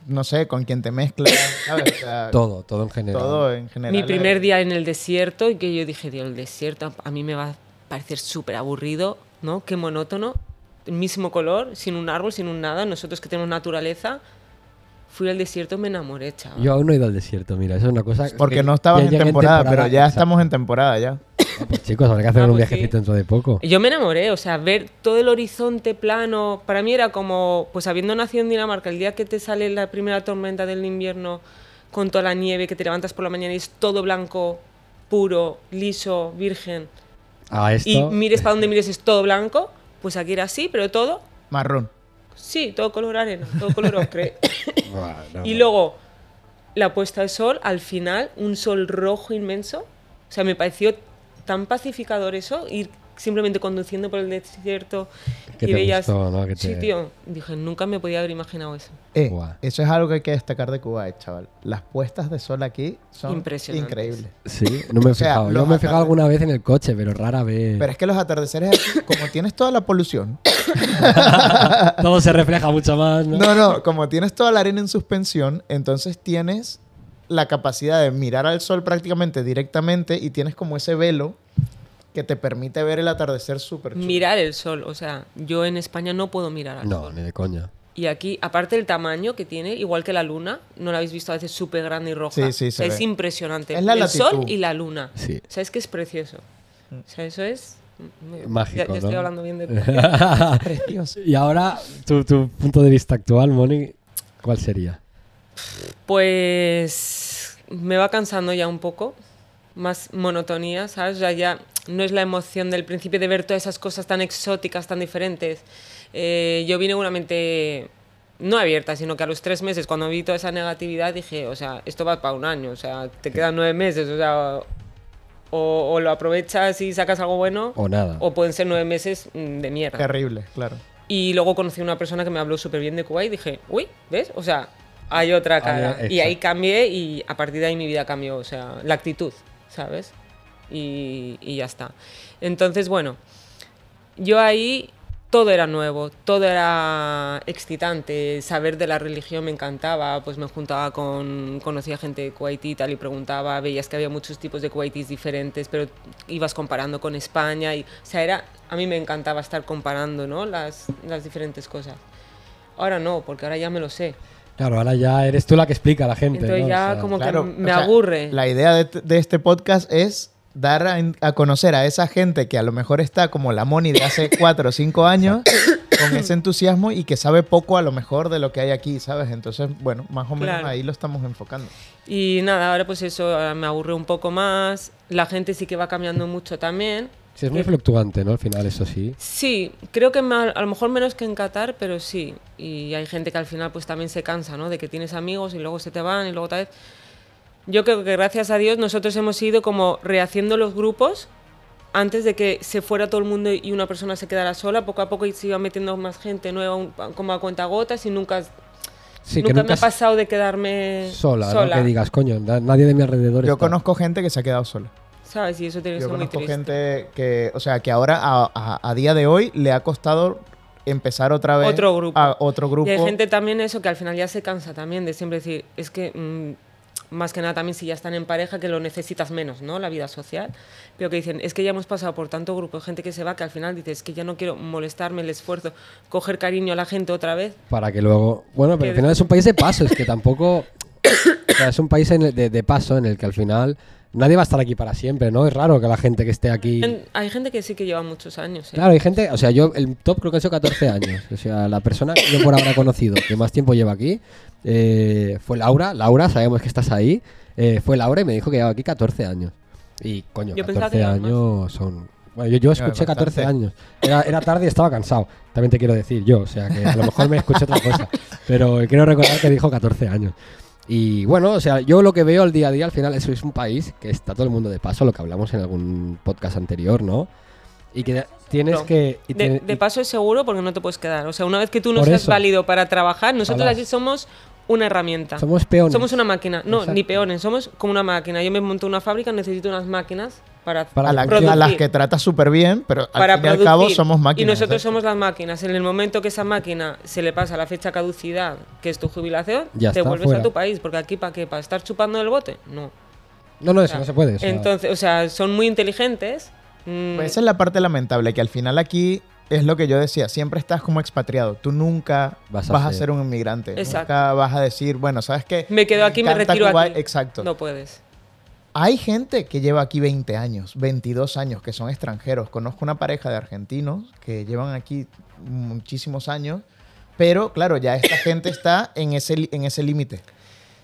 Speaker 3: no sé, con quién te mezclas, ¿sabes? O sea,
Speaker 1: Todo, todo en general.
Speaker 3: todo eh. en general.
Speaker 2: Mi primer
Speaker 3: es-
Speaker 2: día en el desierto y que yo dije, Dios, el desierto a mí me va a parecer súper aburrido, ¿no? Qué monótono, el mismo color, sin un árbol, sin un nada, nosotros que tenemos naturaleza. Fui al desierto, me enamoré, chaval.
Speaker 1: Yo aún no he ido al desierto, mira, eso es una cosa.
Speaker 3: Porque
Speaker 1: que-
Speaker 3: no estabas
Speaker 1: ya
Speaker 3: en
Speaker 1: llegué
Speaker 3: temporada, pero ya
Speaker 1: exacto.
Speaker 3: estamos en temporada ya.
Speaker 1: Ah, pues, chicos, habrá que hacer
Speaker 2: Ah,
Speaker 1: un
Speaker 2: pues sí.
Speaker 1: viajecito dentro de poco.
Speaker 2: Yo me enamoré, o sea, ver todo el horizonte plano, para mí era como, pues habiendo nacido en Dinamarca, el día que te sale la primera tormenta del invierno con toda la nieve, que te levantas por la mañana y es todo blanco, puro, liso, virgen,
Speaker 1: A esto.
Speaker 2: y mires para donde mires es todo blanco, pues aquí era así, pero todo,
Speaker 3: Marrón.
Speaker 2: sí, todo color arena, todo color ocre.
Speaker 1: Buah, no.
Speaker 2: Y luego, la puesta de sol, al final, un sol rojo inmenso. O sea, me pareció tan pacificador eso, ir simplemente conduciendo por el desierto
Speaker 1: Que
Speaker 2: y
Speaker 1: te
Speaker 2: veías.
Speaker 1: gustó, ¿no? Que te-
Speaker 2: Sí, tío. Dije, nunca me podía haber imaginado eso.
Speaker 3: Eh,
Speaker 1: Guau.
Speaker 3: eso es algo que hay que destacar de Kuwait, chaval. Las puestas de sol aquí son
Speaker 2: Impresionantes.
Speaker 3: increíbles.
Speaker 1: Sí, no me he
Speaker 3: O sea,
Speaker 1: fijado. Yo
Speaker 3: los
Speaker 1: me he fijado
Speaker 3: atardeceres.
Speaker 1: alguna vez en el coche, pero rara vez.
Speaker 3: Pero es que los atardeceres aquí, como tienes toda la polución,
Speaker 1: Todo se refleja mucho más, ¿no?
Speaker 3: No, no, como tienes toda la arena en suspensión, entonces tienes la capacidad de mirar al sol prácticamente directamente y tienes como ese velo que te permite ver el atardecer súper chulo.
Speaker 2: Mirar el sol. O sea, yo en España no puedo mirar al
Speaker 1: No,
Speaker 2: sol.
Speaker 1: ni de coña.
Speaker 2: Y aquí, aparte del tamaño que tiene, igual que la luna, no la habéis visto a veces súper grande y roja.
Speaker 3: Sí, sí,
Speaker 2: O
Speaker 3: se
Speaker 2: sea, es
Speaker 3: ve.
Speaker 2: impresionante.
Speaker 3: Es la
Speaker 2: el
Speaker 3: latitud.
Speaker 2: sol y la luna.
Speaker 1: Sí.
Speaker 2: O sea, es que es precioso. O sea, eso es. mm,
Speaker 1: Mágico,
Speaker 2: Ya, ya estoy
Speaker 1: ¿no?
Speaker 2: hablando bien de.
Speaker 3: Precioso.
Speaker 1: Y ahora, tu, tu punto de vista actual, Moni, ¿cuál sería?
Speaker 2: Pues me va cansando ya un poco. Más monotonía, ¿sabes? Ya, ya no es la emoción del principio de ver todas esas cosas tan exóticas, tan diferentes. Eh, yo vine con una mente no abierta, sino que a los tres meses, cuando vi toda esa negatividad, dije, o sea, esto va para un año, o sea, te quedan nueve meses, o sea, o, o lo aprovechas y sacas algo bueno,
Speaker 1: O nada.
Speaker 2: o pueden ser nueve meses mm, de mierda.
Speaker 3: Terrible, claro.
Speaker 2: Y luego conocí a una persona que me habló súper bien de Cuba y dije, uy, ¿ves? O sea, hay otra cara.
Speaker 1: Había-
Speaker 2: y ahí
Speaker 1: exacto.
Speaker 2: cambié y a partir de ahí mi vida cambió, o sea, la actitud, ¿sabes? Y, y ya está. Entonces, bueno, yo ahí todo era nuevo, todo era excitante, saber de la religión me encantaba, pues me juntaba con, conocía gente de Kuwaití y tal y preguntaba, veías que había muchos tipos de Kuwaitis diferentes, pero ibas comparando con España y, o sea, era, a mí me encantaba estar comparando, ¿no? Las, las diferentes cosas. Ahora no, porque ahora ya me lo sé.
Speaker 1: Claro, ahora ya eres tú la que explica a la gente.
Speaker 2: Entonces
Speaker 1: ¿no?
Speaker 2: ya
Speaker 1: O sea,
Speaker 2: como
Speaker 3: Claro,
Speaker 2: que
Speaker 3: o
Speaker 2: me
Speaker 3: sea,
Speaker 2: aburre.
Speaker 3: La idea de, de este podcast es dar a, a conocer a esa gente que a lo mejor está como la Moni de hace 4 o 5 años, con ese entusiasmo y que sabe poco a lo mejor de lo que hay aquí, ¿sabes? Entonces, bueno, más o menos
Speaker 2: Claro.
Speaker 3: ahí lo estamos enfocando.
Speaker 2: Y nada, ahora pues eso ahora me aburre un poco más. La gente sí que va cambiando mucho también.
Speaker 1: Sí, es muy
Speaker 2: Que-
Speaker 1: fluctuante, ¿no? Al final, eso sí.
Speaker 2: Sí, creo que ma- a lo mejor menos que en Qatar, pero sí. Y hay gente que al final pues también se cansa, ¿no? De que tienes amigos y luego se te van y luego tal vez. Yo creo que gracias a Dios nosotros hemos ido como rehaciendo los grupos antes de que se fuera todo el mundo y una persona se quedara sola. Poco a poco se iba metiendo más gente nueva un- como a cuentagotas y nunca,
Speaker 1: Sí,
Speaker 2: nunca,
Speaker 1: que
Speaker 2: me
Speaker 1: nunca
Speaker 2: ha pasado de quedarme
Speaker 1: sola,
Speaker 2: sola,
Speaker 1: ¿no? Que digas, coño, na- nadie de mi alrededor
Speaker 3: Yo
Speaker 1: está".
Speaker 3: conozco gente que se ha quedado sola.
Speaker 2: ¿Sabes? Y eso tiene que
Speaker 3: Yo
Speaker 2: ser muy
Speaker 3: conozco
Speaker 2: triste.
Speaker 3: gente que, o sea, que ahora a, a- a día de hoy le ha costado empezar otra vez
Speaker 2: Otro grupo.
Speaker 3: a otro grupo.
Speaker 2: Y hay gente también eso que al final ya se cansa también de siempre decir, es que mm, más que nada también si ya están en pareja que lo necesitas menos, ¿no? La vida social. Pero que dicen, es que ya hemos pasado por tanto grupo de gente que se va que al final dices, es que ya no quiero molestarme el esfuerzo, coger cariño a la gente otra vez.
Speaker 1: Para que luego. Bueno, pero al final es un país de paso, es que tampoco. o sea, es un país en el- de, de paso en el que al final nadie va a estar aquí para siempre, ¿no? Es raro que la gente que esté aquí.
Speaker 2: En- Hay gente que sí que lleva muchos años. ¿eh?
Speaker 1: Claro, hay gente, o sea, yo el top creo que han sido 14 años. O sea, la persona que yo por ahora he conocido que más tiempo lleva aquí eh, fue Laura. Laura, sabemos que estás ahí. Eh, fue Laura y me dijo que lleva aquí 14 años. Y coño,
Speaker 2: Yo pensaba que
Speaker 1: 14
Speaker 2: llevaba
Speaker 1: años son. Bueno, yo, yo escuché
Speaker 3: bastante.
Speaker 1: 14 años. Era, era tarde y estaba cansado. También te quiero decir yo, o sea, que a lo mejor me escuché otra cosa. Pero quiero recordar que dijo 14 años. Y bueno, o sea, yo lo que veo al día a día al final es, es un país que está todo el mundo de paso, lo que hablamos en algún podcast anterior, ¿no? Y que tienes
Speaker 2: No.
Speaker 1: que... y
Speaker 2: De,
Speaker 1: tiene-
Speaker 2: de
Speaker 1: y-
Speaker 2: paso es seguro porque no te puedes quedar. O sea, una vez que tú no
Speaker 1: Por
Speaker 2: seas
Speaker 1: eso.
Speaker 2: válido para trabajar, nosotros
Speaker 1: Ojalá.
Speaker 2: aquí somos una herramienta.
Speaker 1: Somos peones.
Speaker 2: Somos una máquina. No, ni
Speaker 1: Exacto.
Speaker 2: peones, somos como una máquina. Yo me monto una fábrica, necesito unas máquinas para,
Speaker 1: Para
Speaker 3: a, la-
Speaker 1: producir.
Speaker 3: a las que trata súper bien, pero al
Speaker 2: para
Speaker 3: fin y al cabo
Speaker 2: producir.
Speaker 3: somos máquinas.
Speaker 2: Y
Speaker 3: ¿sabes?
Speaker 2: nosotros somos las máquinas. En el momento que esa máquina se le pasa la fecha caducidad, que es tu jubilación,
Speaker 1: Ya
Speaker 2: te
Speaker 1: está,
Speaker 2: vuelves
Speaker 1: fuera.
Speaker 2: a tu país. Porque aquí, ¿para qué? ¿Para estar chupando el bote? No.
Speaker 1: No, no, eso no se puede. o sea,
Speaker 2: Entonces, o sea, son muy inteligentes. mm,
Speaker 3: Pues esa es la parte lamentable, que al final aquí es lo que yo decía, siempre estás como expatriado, tú nunca vas a, ser. un inmigrante,
Speaker 2: Exacto.
Speaker 3: nunca vas a decir, bueno, ¿sabes qué?
Speaker 2: me quedo aquí, me
Speaker 3: encanta
Speaker 2: retiro
Speaker 3: Cuba".
Speaker 2: aquí.
Speaker 3: Exacto.
Speaker 2: No puedes.
Speaker 3: Hay gente que lleva aquí 20 años, 22 años, que son extranjeros. Conozco una pareja de argentinos que llevan aquí muchísimos años, pero claro, ya esta gente está en ese li- en ese límite.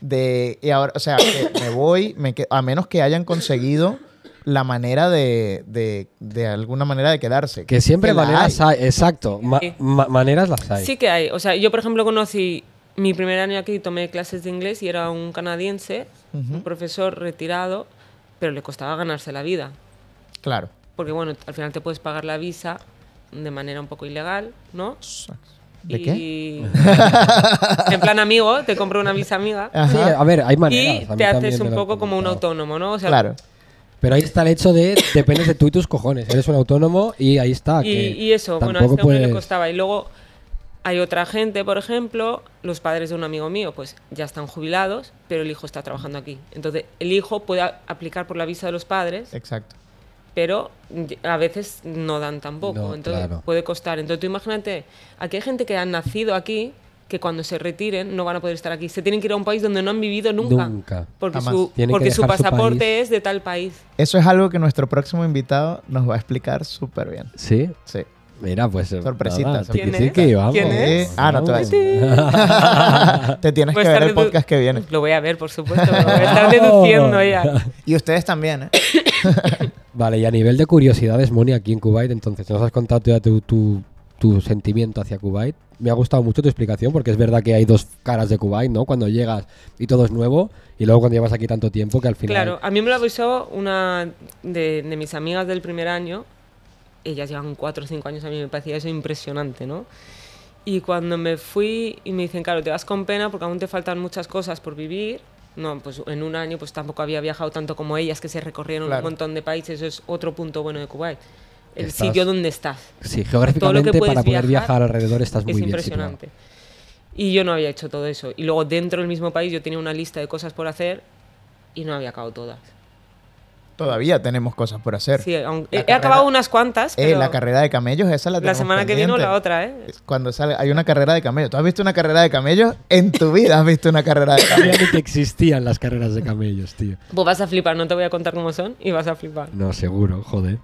Speaker 3: De, y ahora, o sea, que me voy, me que- a menos que hayan conseguido la manera de, de, de alguna manera de quedarse.
Speaker 1: que siempre
Speaker 3: la
Speaker 1: maneras
Speaker 3: hay.
Speaker 1: hay. Exacto, ma-
Speaker 2: Sí.
Speaker 1: ma- maneras las hay.
Speaker 2: Sí que hay. O sea, yo, por ejemplo, conocí mi primer año aquí, tomé clases de inglés y era un canadiense, un profesor retirado, pero le costaba ganarse la vida.
Speaker 3: Claro.
Speaker 2: Porque, bueno, al final te puedes pagar la visa de manera un poco ilegal, ¿no?
Speaker 3: ¿De
Speaker 2: y...
Speaker 3: qué?
Speaker 2: en plan amigo, te compro una visa amiga.
Speaker 1: Sí,
Speaker 3: Ajá.
Speaker 1: eh, a ver, hay Ah, maneras.
Speaker 2: Y
Speaker 1: a mí
Speaker 2: te haces
Speaker 1: también me
Speaker 2: un
Speaker 1: lo han
Speaker 2: poco como un
Speaker 1: comentado.
Speaker 2: autónomo, ¿no? O sea,
Speaker 3: claro.
Speaker 1: Pero ahí está el hecho de dependes de tú y tus cojones. Eres un autónomo y ahí está.
Speaker 2: Y,
Speaker 1: Ah, que
Speaker 2: y eso, bueno, a
Speaker 1: tampoco
Speaker 2: este hombre le
Speaker 1: puedes-
Speaker 2: costaba. Y luego hay otra gente, por ejemplo, los padres de un amigo mío, pues ya están jubilados, pero el hijo está trabajando aquí. Entonces, el hijo puede a- aplicar por la visa de los padres,
Speaker 1: Eh.
Speaker 3: Exacto.
Speaker 2: pero y- a veces no dan tampoco.
Speaker 1: No,
Speaker 2: Entonces,
Speaker 1: claro.
Speaker 2: puede costar. Entonces, tú imagínate, aquí hay gente que ha nacido aquí que cuando se retiren no van a poder estar aquí. Se tienen que ir a un país donde no han vivido nunca.
Speaker 1: Nunca.
Speaker 2: Porque
Speaker 3: Jamás.
Speaker 2: su,
Speaker 1: Tienen que
Speaker 2: porque su
Speaker 1: dejar su
Speaker 2: pasaporte
Speaker 1: país.
Speaker 2: es de tal país.
Speaker 3: Eso es algo que nuestro próximo invitado nos va a explicar súper bien.
Speaker 1: Sí.
Speaker 3: Sí.
Speaker 1: Mira, pues. eh,
Speaker 3: Sorpresita,
Speaker 1: nada,
Speaker 3: sorpresita.
Speaker 1: tiki, tiki, vamos.
Speaker 2: ¿Quién es?
Speaker 3: Ah, no te va a decir. Te tienes
Speaker 2: Voy a
Speaker 3: que ver
Speaker 2: estar
Speaker 3: el
Speaker 2: dedu-
Speaker 3: podcast que viene.
Speaker 2: Lo voy a ver, por supuesto. Lo voy a estar deduciendo ya.
Speaker 3: Y ustedes también, ¿eh?
Speaker 1: Vale, y a nivel de curiosidades, Moni, aquí en Kuwait, entonces nos has contado ya tu, tu, tu sentimiento hacia Kuwait. Me ha gustado mucho tu explicación porque es verdad que hay dos caras de Kuwait, ¿no? Cuando llegas y todo es nuevo y luego cuando llevas aquí tanto tiempo que al final...
Speaker 2: Claro, a mí me lo avisó una de, de mis amigas del primer año. Ellas llevan cuatro o cinco años, a mí me parecía eso impresionante, ¿no? Y cuando me fui y me dicen, claro, te vas con pena porque aún te faltan muchas cosas por vivir. No, pues en un año pues tampoco había viajado tanto como ellas, que se recorrieron
Speaker 3: Claro.
Speaker 2: un montón de países. Eso es otro punto bueno de Kuwait. El
Speaker 1: Estás-
Speaker 2: sitio donde estás.
Speaker 1: Sí, geográficamente
Speaker 2: puedes
Speaker 1: para poder
Speaker 2: viajar
Speaker 1: viajar alrededor estás muy
Speaker 2: es
Speaker 1: bien
Speaker 2: impresionante. Y yo no había hecho todo eso. Y luego dentro del mismo país yo tenía una lista de cosas por hacer y no había acabado todas.
Speaker 3: Todavía tenemos cosas por hacer.
Speaker 2: Sí, aun-
Speaker 3: La
Speaker 2: he- he
Speaker 3: carrera-
Speaker 2: acabado unas cuantas.
Speaker 3: Eh,
Speaker 2: pero
Speaker 3: la carrera de camellos, esa la
Speaker 2: la
Speaker 3: tenemos
Speaker 2: semana que viene o
Speaker 3: pendiente.
Speaker 2: la otra, ¿eh?
Speaker 3: Cuando sale, hay una carrera de camellos. ¿Tú has visto una carrera de camellos? En tu vida has visto una carrera de camellos.
Speaker 1: Sabía ni que existían las carreras de camellos, tío.
Speaker 2: Pues vas a flipar, no te voy a contar cómo son y vas a flipar.
Speaker 1: No, seguro, joder.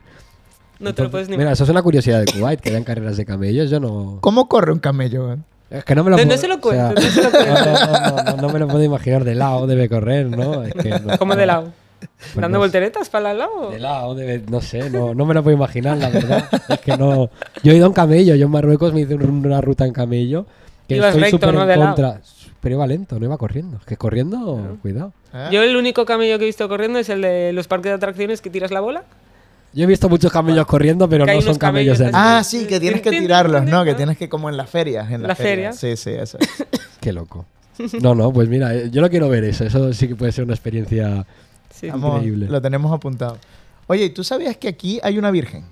Speaker 2: No te lo
Speaker 1: Entonces,
Speaker 2: puedes ni
Speaker 1: Mira, eso es una curiosidad de Kuwait, que hayan carreras de camellos. Yo no.
Speaker 3: ¿Cómo corre un camello? güey?
Speaker 1: Es que no me lo
Speaker 2: No, no
Speaker 1: puedo-
Speaker 2: se lo
Speaker 1: o sea,
Speaker 2: cuento, no se lo
Speaker 1: No, no, no, no, no me lo puedo imaginar. De lado debe correr, ¿no? Es que no-
Speaker 2: ¿Cómo
Speaker 1: no.
Speaker 2: de lado?
Speaker 1: Pues
Speaker 2: ¿Dando
Speaker 1: no sé.
Speaker 2: volteretas para el lado?
Speaker 1: De lado, de- no sé, no, no me lo puedo imaginar, la verdad. Es que no. Yo he ido en camello, yo en Marruecos me hice un- una ruta en camello. Que
Speaker 2: Ibas
Speaker 1: estoy
Speaker 2: recto,
Speaker 1: súper
Speaker 2: ¿no?
Speaker 1: en
Speaker 2: De lado.
Speaker 1: contra. Pero iba lento, no iba corriendo. Es que corriendo, cuidado.
Speaker 3: ¿Ah?
Speaker 2: Yo el único camello que he visto corriendo es el de los parques de atracciones que tiras la bola.
Speaker 1: Yo he visto muchos camellos corriendo, pero
Speaker 2: que hay
Speaker 1: no son
Speaker 2: unos
Speaker 1: camellos
Speaker 2: camellos
Speaker 1: de
Speaker 2: así.
Speaker 1: animal.
Speaker 3: Ah, sí, que tienes que tirarlos, ¿no? Que tienes que como en las ferias. En
Speaker 2: La
Speaker 3: las
Speaker 2: feria.
Speaker 3: ferias. Sí, sí, eso.
Speaker 1: Ah. Qué loco. No, no, pues mira, eh, yo lo quiero ver eso. Eso sí que puede ser una experiencia.
Speaker 2: Sí.
Speaker 1: Am-
Speaker 3: Vamos,
Speaker 1: Increíble.
Speaker 3: lo tenemos apuntado. Oye, ¿y ¿tú sabías que aquí hay una virgen?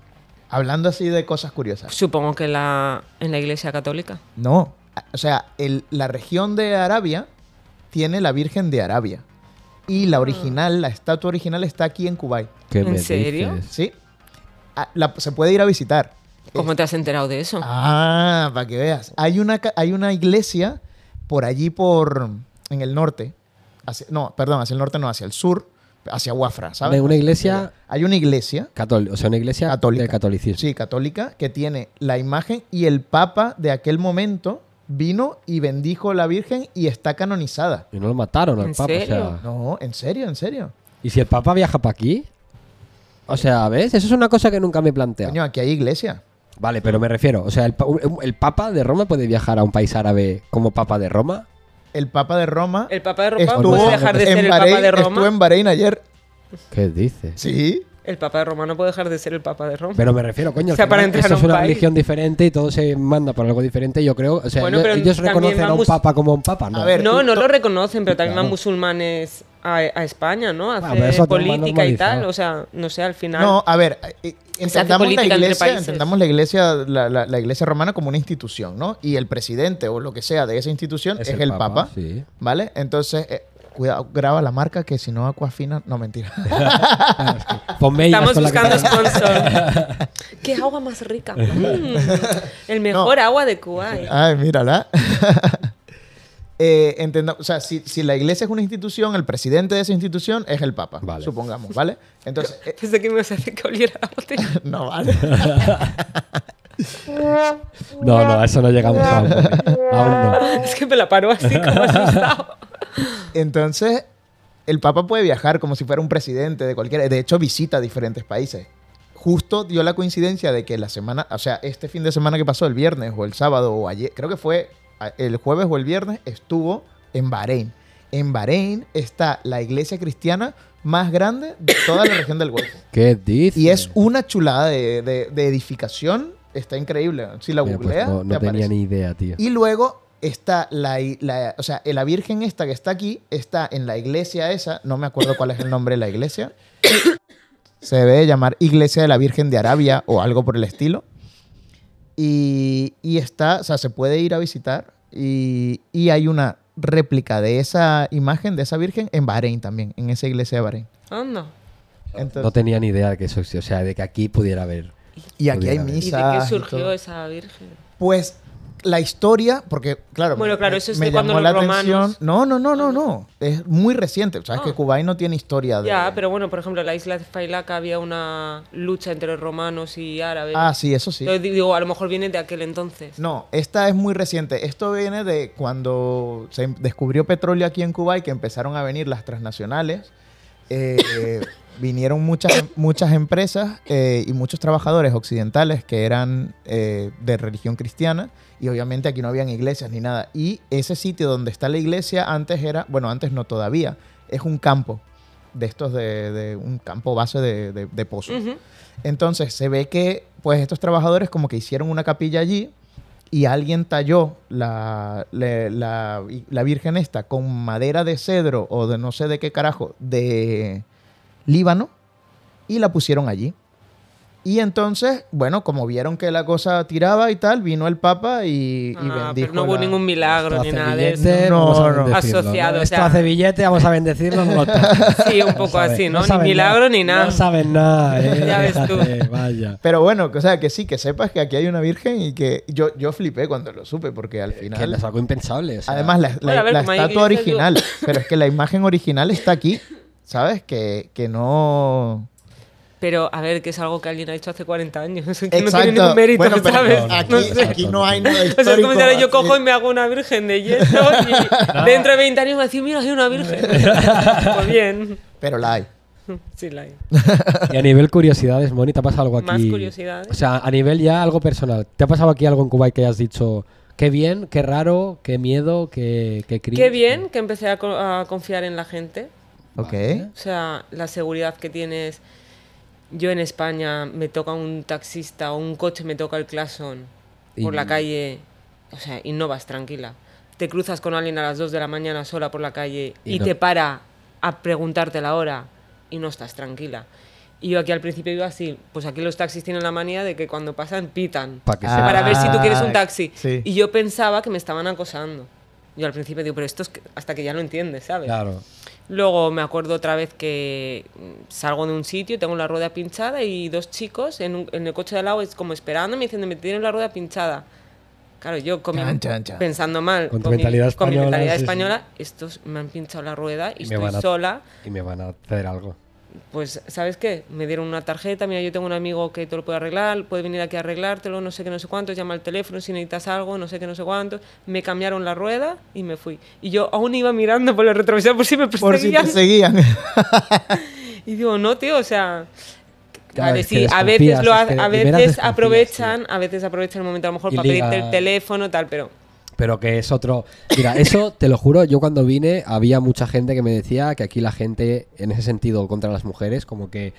Speaker 3: Hablando así de cosas curiosas.
Speaker 2: Supongo que la, en la iglesia católica.
Speaker 3: No, a- o sea, el- la región de Arabia tiene la Virgen de Arabia. Y
Speaker 1: Ah.
Speaker 3: la original, la estatua original está aquí en Kuwait.
Speaker 1: ¿Qué
Speaker 2: ¿En
Speaker 1: me
Speaker 2: serio?
Speaker 1: dices?
Speaker 3: ¿Sí? Ah, la- se puede ir a visitar.
Speaker 2: ¿Cómo te has enterado de eso?
Speaker 3: Ah, para que veas. Hay una, ca- hay una iglesia por allí, por en el norte. hacia- no, perdón, hacia el norte no, hacia el sur, hacia Wafra, ¿sabes?
Speaker 1: De una iglesia
Speaker 3: Hay una iglesia
Speaker 1: católica, o sea, una iglesia
Speaker 3: Católica.
Speaker 1: del catolicismo.
Speaker 3: Sí, católica, que tiene la imagen y el Papa de aquel momento vino y bendijo la Virgen y está canonizada.
Speaker 1: Y no lo mataron al
Speaker 2: ¿En
Speaker 1: Papa. o sea,
Speaker 2: serio?
Speaker 3: No, en serio, en serio.
Speaker 1: ¿Y si el Papa viaja para aquí? O sea, ¿ves? Eso es una cosa que nunca me he planteado.
Speaker 3: Coño, aquí hay iglesia.
Speaker 1: Vale, pero me refiero, o sea, el, pa- un- el Papa de Roma puede viajar a un país árabe como Papa de Roma.
Speaker 3: El Papa de Roma.
Speaker 2: El Papa de Roma
Speaker 1: Estuvo
Speaker 2: puede dejar de
Speaker 3: en
Speaker 2: ser el
Speaker 3: Bahrein-
Speaker 2: Papa de
Speaker 3: Estuvo en
Speaker 2: Roma.
Speaker 3: Bahrein ayer.
Speaker 1: ¿Qué dices?
Speaker 3: Sí.
Speaker 2: El Papa de Roma no puede dejar de ser el Papa de Roma.
Speaker 1: Pero me refiero, coño,
Speaker 2: O sea,
Speaker 1: al final
Speaker 2: para entrar
Speaker 1: esto
Speaker 2: a
Speaker 1: es
Speaker 2: un
Speaker 1: una
Speaker 2: país.
Speaker 1: religión diferente y todo se manda por algo diferente. Yo creo, o sea,
Speaker 2: Bueno,
Speaker 1: ellos-
Speaker 2: pero
Speaker 1: ellos
Speaker 2: también
Speaker 1: reconocen a un
Speaker 2: vamos-
Speaker 1: Papa como un Papa, ¿no?
Speaker 3: A ver,
Speaker 2: No,
Speaker 3: tú-
Speaker 2: no
Speaker 3: tú-
Speaker 2: lo reconocen, pero también
Speaker 1: Claro.
Speaker 2: van musulmanes a, a España, ¿no? A
Speaker 1: Ah,
Speaker 2: hacer
Speaker 1: pero eso todo más
Speaker 2: política y
Speaker 1: normalizado.
Speaker 2: tal. O sea, no sé, al final.
Speaker 3: No, a ver, eh, eh,
Speaker 2: hace
Speaker 3: entendamos
Speaker 2: política
Speaker 3: la
Speaker 2: entre
Speaker 3: iglesia,
Speaker 2: países.
Speaker 3: entendamos la iglesia, la, la- la iglesia romana como una institución, ¿no? Y el presidente o lo que sea de esa institución es, el, Papa,
Speaker 1: sí.
Speaker 3: ¿vale? Entonces, eh, cuidado, graba la marca que si no Aquafina, no mentira.
Speaker 1: Ponme ellas
Speaker 2: Estamos
Speaker 1: con la que
Speaker 2: buscando
Speaker 1: te-
Speaker 2: sponsor. ¿Qué agua más rica? Mm, el mejor agua de Kuwait.
Speaker 3: Ay, mírala. Eh, entenda- o sea, si, si la iglesia es una institución, el presidente de esa institución es el Papa,
Speaker 1: Vale.
Speaker 3: supongamos, ¿vale? Entonces, eh,
Speaker 2: Pensé que me ibas a hacer que oliera la botella.
Speaker 3: no vale.
Speaker 1: No, no, a eso no llegamos aún. Aún no.
Speaker 2: Es que me la paró así, como asustado.
Speaker 3: Entonces, el Papa puede viajar como si fuera un presidente de cualquiera. De hecho, visita diferentes países. Justo dio la coincidencia de que la semana, o sea, este fin de semana que pasó, el viernes o el sábado o ayer, creo que fue a- el jueves o el viernes, estuvo en Bahrein. En Bahrein está la iglesia cristiana más grande de toda la región del Golfo.
Speaker 1: ¿Qué dices?
Speaker 3: Y es una chulada de, de- de edificación. Está increíble. Si la
Speaker 1: Mira, pues
Speaker 3: googleas,
Speaker 1: no, no
Speaker 3: te
Speaker 1: tenía
Speaker 3: aparece.
Speaker 1: ni idea, tío.
Speaker 3: Y luego está la, i- la- o sea, la virgen esta que está aquí, está en la iglesia esa, no me acuerdo cuál es el nombre de la iglesia. Se debe de llamar Iglesia de la Virgen de Arabia o algo por el estilo. Y, y está, o sea, se puede ir a visitar y, y hay una réplica de esa imagen, de esa virgen, en Bahrein también, en esa iglesia de Bahrein.
Speaker 2: Anda.
Speaker 3: Entonces-
Speaker 1: No tenía ni idea de que eso existía, o sea, de que aquí pudiera haber.
Speaker 3: y aquí hay
Speaker 1: pudiera haber.
Speaker 2: ¿Y
Speaker 3: misa.
Speaker 2: de qué surgió
Speaker 3: todo.
Speaker 2: esa virgen?
Speaker 3: Pues la historia, porque claro,
Speaker 2: Bueno,
Speaker 3: me-
Speaker 2: claro,
Speaker 3: me-
Speaker 2: eso es
Speaker 3: me
Speaker 2: de cuando
Speaker 3: llamó
Speaker 2: los
Speaker 3: la
Speaker 2: romanos-
Speaker 3: atención. No, no, no, no, no. Es muy reciente. Sabes
Speaker 2: Ah.
Speaker 3: que Kuwait no tiene historia de.
Speaker 2: Ya, pero bueno, por ejemplo, en la isla de Failaka había una lucha entre romanos y árabes.
Speaker 3: Ah, sí, eso sí.
Speaker 2: Yo digo, a lo mejor viene de aquel entonces.
Speaker 3: No, esta es muy reciente. Esto viene de cuando se em-, descubrió petróleo aquí en Kuwait, que empezaron a venir las transnacionales. Eh, eh, vinieron muchas, muchas empresas eh, y muchos trabajadores occidentales que eran eh, de religión cristiana y obviamente aquí no habían iglesias ni nada. Y ese sitio donde está la iglesia antes era, bueno, antes no todavía, es un campo de estos de, de un campo base de, de, de pozos.
Speaker 2: Ujú.
Speaker 3: Entonces se ve que pues estos trabajadores como que hicieron una capilla allí y alguien talló la, la, la- la Virgen esta con madera de cedro o de no sé de qué carajo de Líbano y la pusieron allí. Y entonces, bueno, como vieron que la cosa tiraba y tal, vino el Papa y, y
Speaker 2: Ah,
Speaker 3: bendijo.
Speaker 2: pero no hubo
Speaker 3: la-
Speaker 2: ningún milagro ni
Speaker 4: Esto hace
Speaker 2: nada de eso.
Speaker 4: billete,
Speaker 3: No,
Speaker 4: vamos a
Speaker 3: no.
Speaker 4: bendecirlo, ¿no?
Speaker 2: Asociado, o
Speaker 4: Esto
Speaker 2: sea.
Speaker 4: hace billete, vamos a bendecirlo. no lo toques.
Speaker 2: Sí, un poco
Speaker 4: saben-
Speaker 2: así, ¿no? ni
Speaker 4: saben
Speaker 2: milagro
Speaker 4: nada.
Speaker 2: ni nada.
Speaker 4: No saben nada, ¿eh?
Speaker 2: Ya ves tú.
Speaker 4: Fíjate, Vaya.
Speaker 3: Pero bueno, o sea, que sí, que sepas que aquí hay una virgen y que yo, yo flipé cuando lo supe, porque al
Speaker 1: Que
Speaker 3: final.
Speaker 1: es algo impensable. o sea,
Speaker 3: Además, la, la-
Speaker 2: Bueno, a ver,
Speaker 3: la
Speaker 2: como hay
Speaker 3: estatua
Speaker 2: iglesias, digo-
Speaker 3: original. Pero es que la imagen original está aquí, ¿sabes? Que, que no.
Speaker 2: Pero a ver, que es algo que alguien ha hecho hace 40 años. Eso que no tiene
Speaker 3: Exacto.
Speaker 2: ningún mérito,
Speaker 3: Bueno, pero
Speaker 2: ¿sabes?
Speaker 4: no, no,
Speaker 2: No
Speaker 4: aquí-
Speaker 2: sé.
Speaker 4: aquí no
Speaker 3: hay nada
Speaker 2: O sea, es como si ahora yo
Speaker 3: así.
Speaker 2: cojo y me hago una virgen de yeso y dentro de 20 años me va a decir, mira, hay una virgen. pues bien.
Speaker 3: Pero la hay.
Speaker 2: Sí, la hay.
Speaker 1: Y a nivel curiosidades, Moni, ¿te ha pasado algo aquí?
Speaker 2: Más curiosidades.
Speaker 1: O sea, a nivel ya algo personal. ¿Te ha pasado aquí algo en Kuwait que hayas dicho qué bien, qué raro, qué miedo, qué, qué cringe?
Speaker 2: Qué bien que empecé a, co- a confiar en la gente.
Speaker 3: Ok.
Speaker 2: O sea, la seguridad que tienes. Yo en España me toca un taxista o un coche me toca el claxon por
Speaker 1: Y-
Speaker 2: la calle. O sea, y no vas tranquila. Te cruzas con alguien a las 2 de la mañana sola por la calle
Speaker 1: Y
Speaker 2: y,
Speaker 1: no-
Speaker 2: te para a preguntarte la hora y no estás tranquila. Y yo aquí al principio iba así, pues aquí los taxis tienen la manía de que cuando pasan pitan
Speaker 1: Pa' que
Speaker 3: Ah,
Speaker 1: sepa.
Speaker 2: para ver si tú quieres un taxi.
Speaker 3: sí.
Speaker 2: Y yo pensaba que me estaban acosando. Yo al principio digo, pero esto es que- hasta que ya lo entiendes, ¿sabes?
Speaker 1: Claro.
Speaker 2: Luego me acuerdo otra vez que mm, salgo de un sitio, tengo la rueda pinchada y dos chicos en, un- en el coche de al lado es como esperándome diciendo, me tienen la rueda pinchada. Claro, yo con mi-
Speaker 3: Chan, chan, chan.
Speaker 2: pensando mal,
Speaker 1: Con tu
Speaker 2: mi-
Speaker 1: mentalidad
Speaker 2: con mi
Speaker 1: española,
Speaker 2: mentalidad
Speaker 1: sí, sí.
Speaker 2: española, estos me han pinchado la rueda y,
Speaker 1: Y me
Speaker 2: estoy
Speaker 1: van a-
Speaker 2: sola.
Speaker 1: Y me van a hacer algo.
Speaker 2: Pues, ¿sabes qué? Me dieron una tarjeta, mira, yo tengo un amigo que te lo puede arreglar, puede venir aquí a arreglártelo, no sé qué, no sé cuánto, llama al teléfono si necesitas algo, no sé qué, no sé cuánto. Me cambiaron la rueda y me fui. Y yo aún iba mirando por el retrovisor por si me
Speaker 3: Por si te
Speaker 2: perseguían.
Speaker 3: seguían.
Speaker 2: Y digo, no, tío, o sea.
Speaker 1: Claro,
Speaker 2: vale,
Speaker 1: es que
Speaker 2: sí, a veces,
Speaker 1: desconfías,
Speaker 2: lo ha-
Speaker 1: es que
Speaker 2: a
Speaker 1: de veras
Speaker 2: veces
Speaker 1: desconfías,
Speaker 2: aprovechan, a veces aprovechan el momento a lo mejor
Speaker 1: Y
Speaker 2: para
Speaker 1: liga-
Speaker 2: pedirte el teléfono, tal, pero.
Speaker 1: Pero que es otro. Mira, eso te lo juro, yo cuando vine había mucha gente que me decía que aquí la gente, en ese sentido, contra las mujeres, como que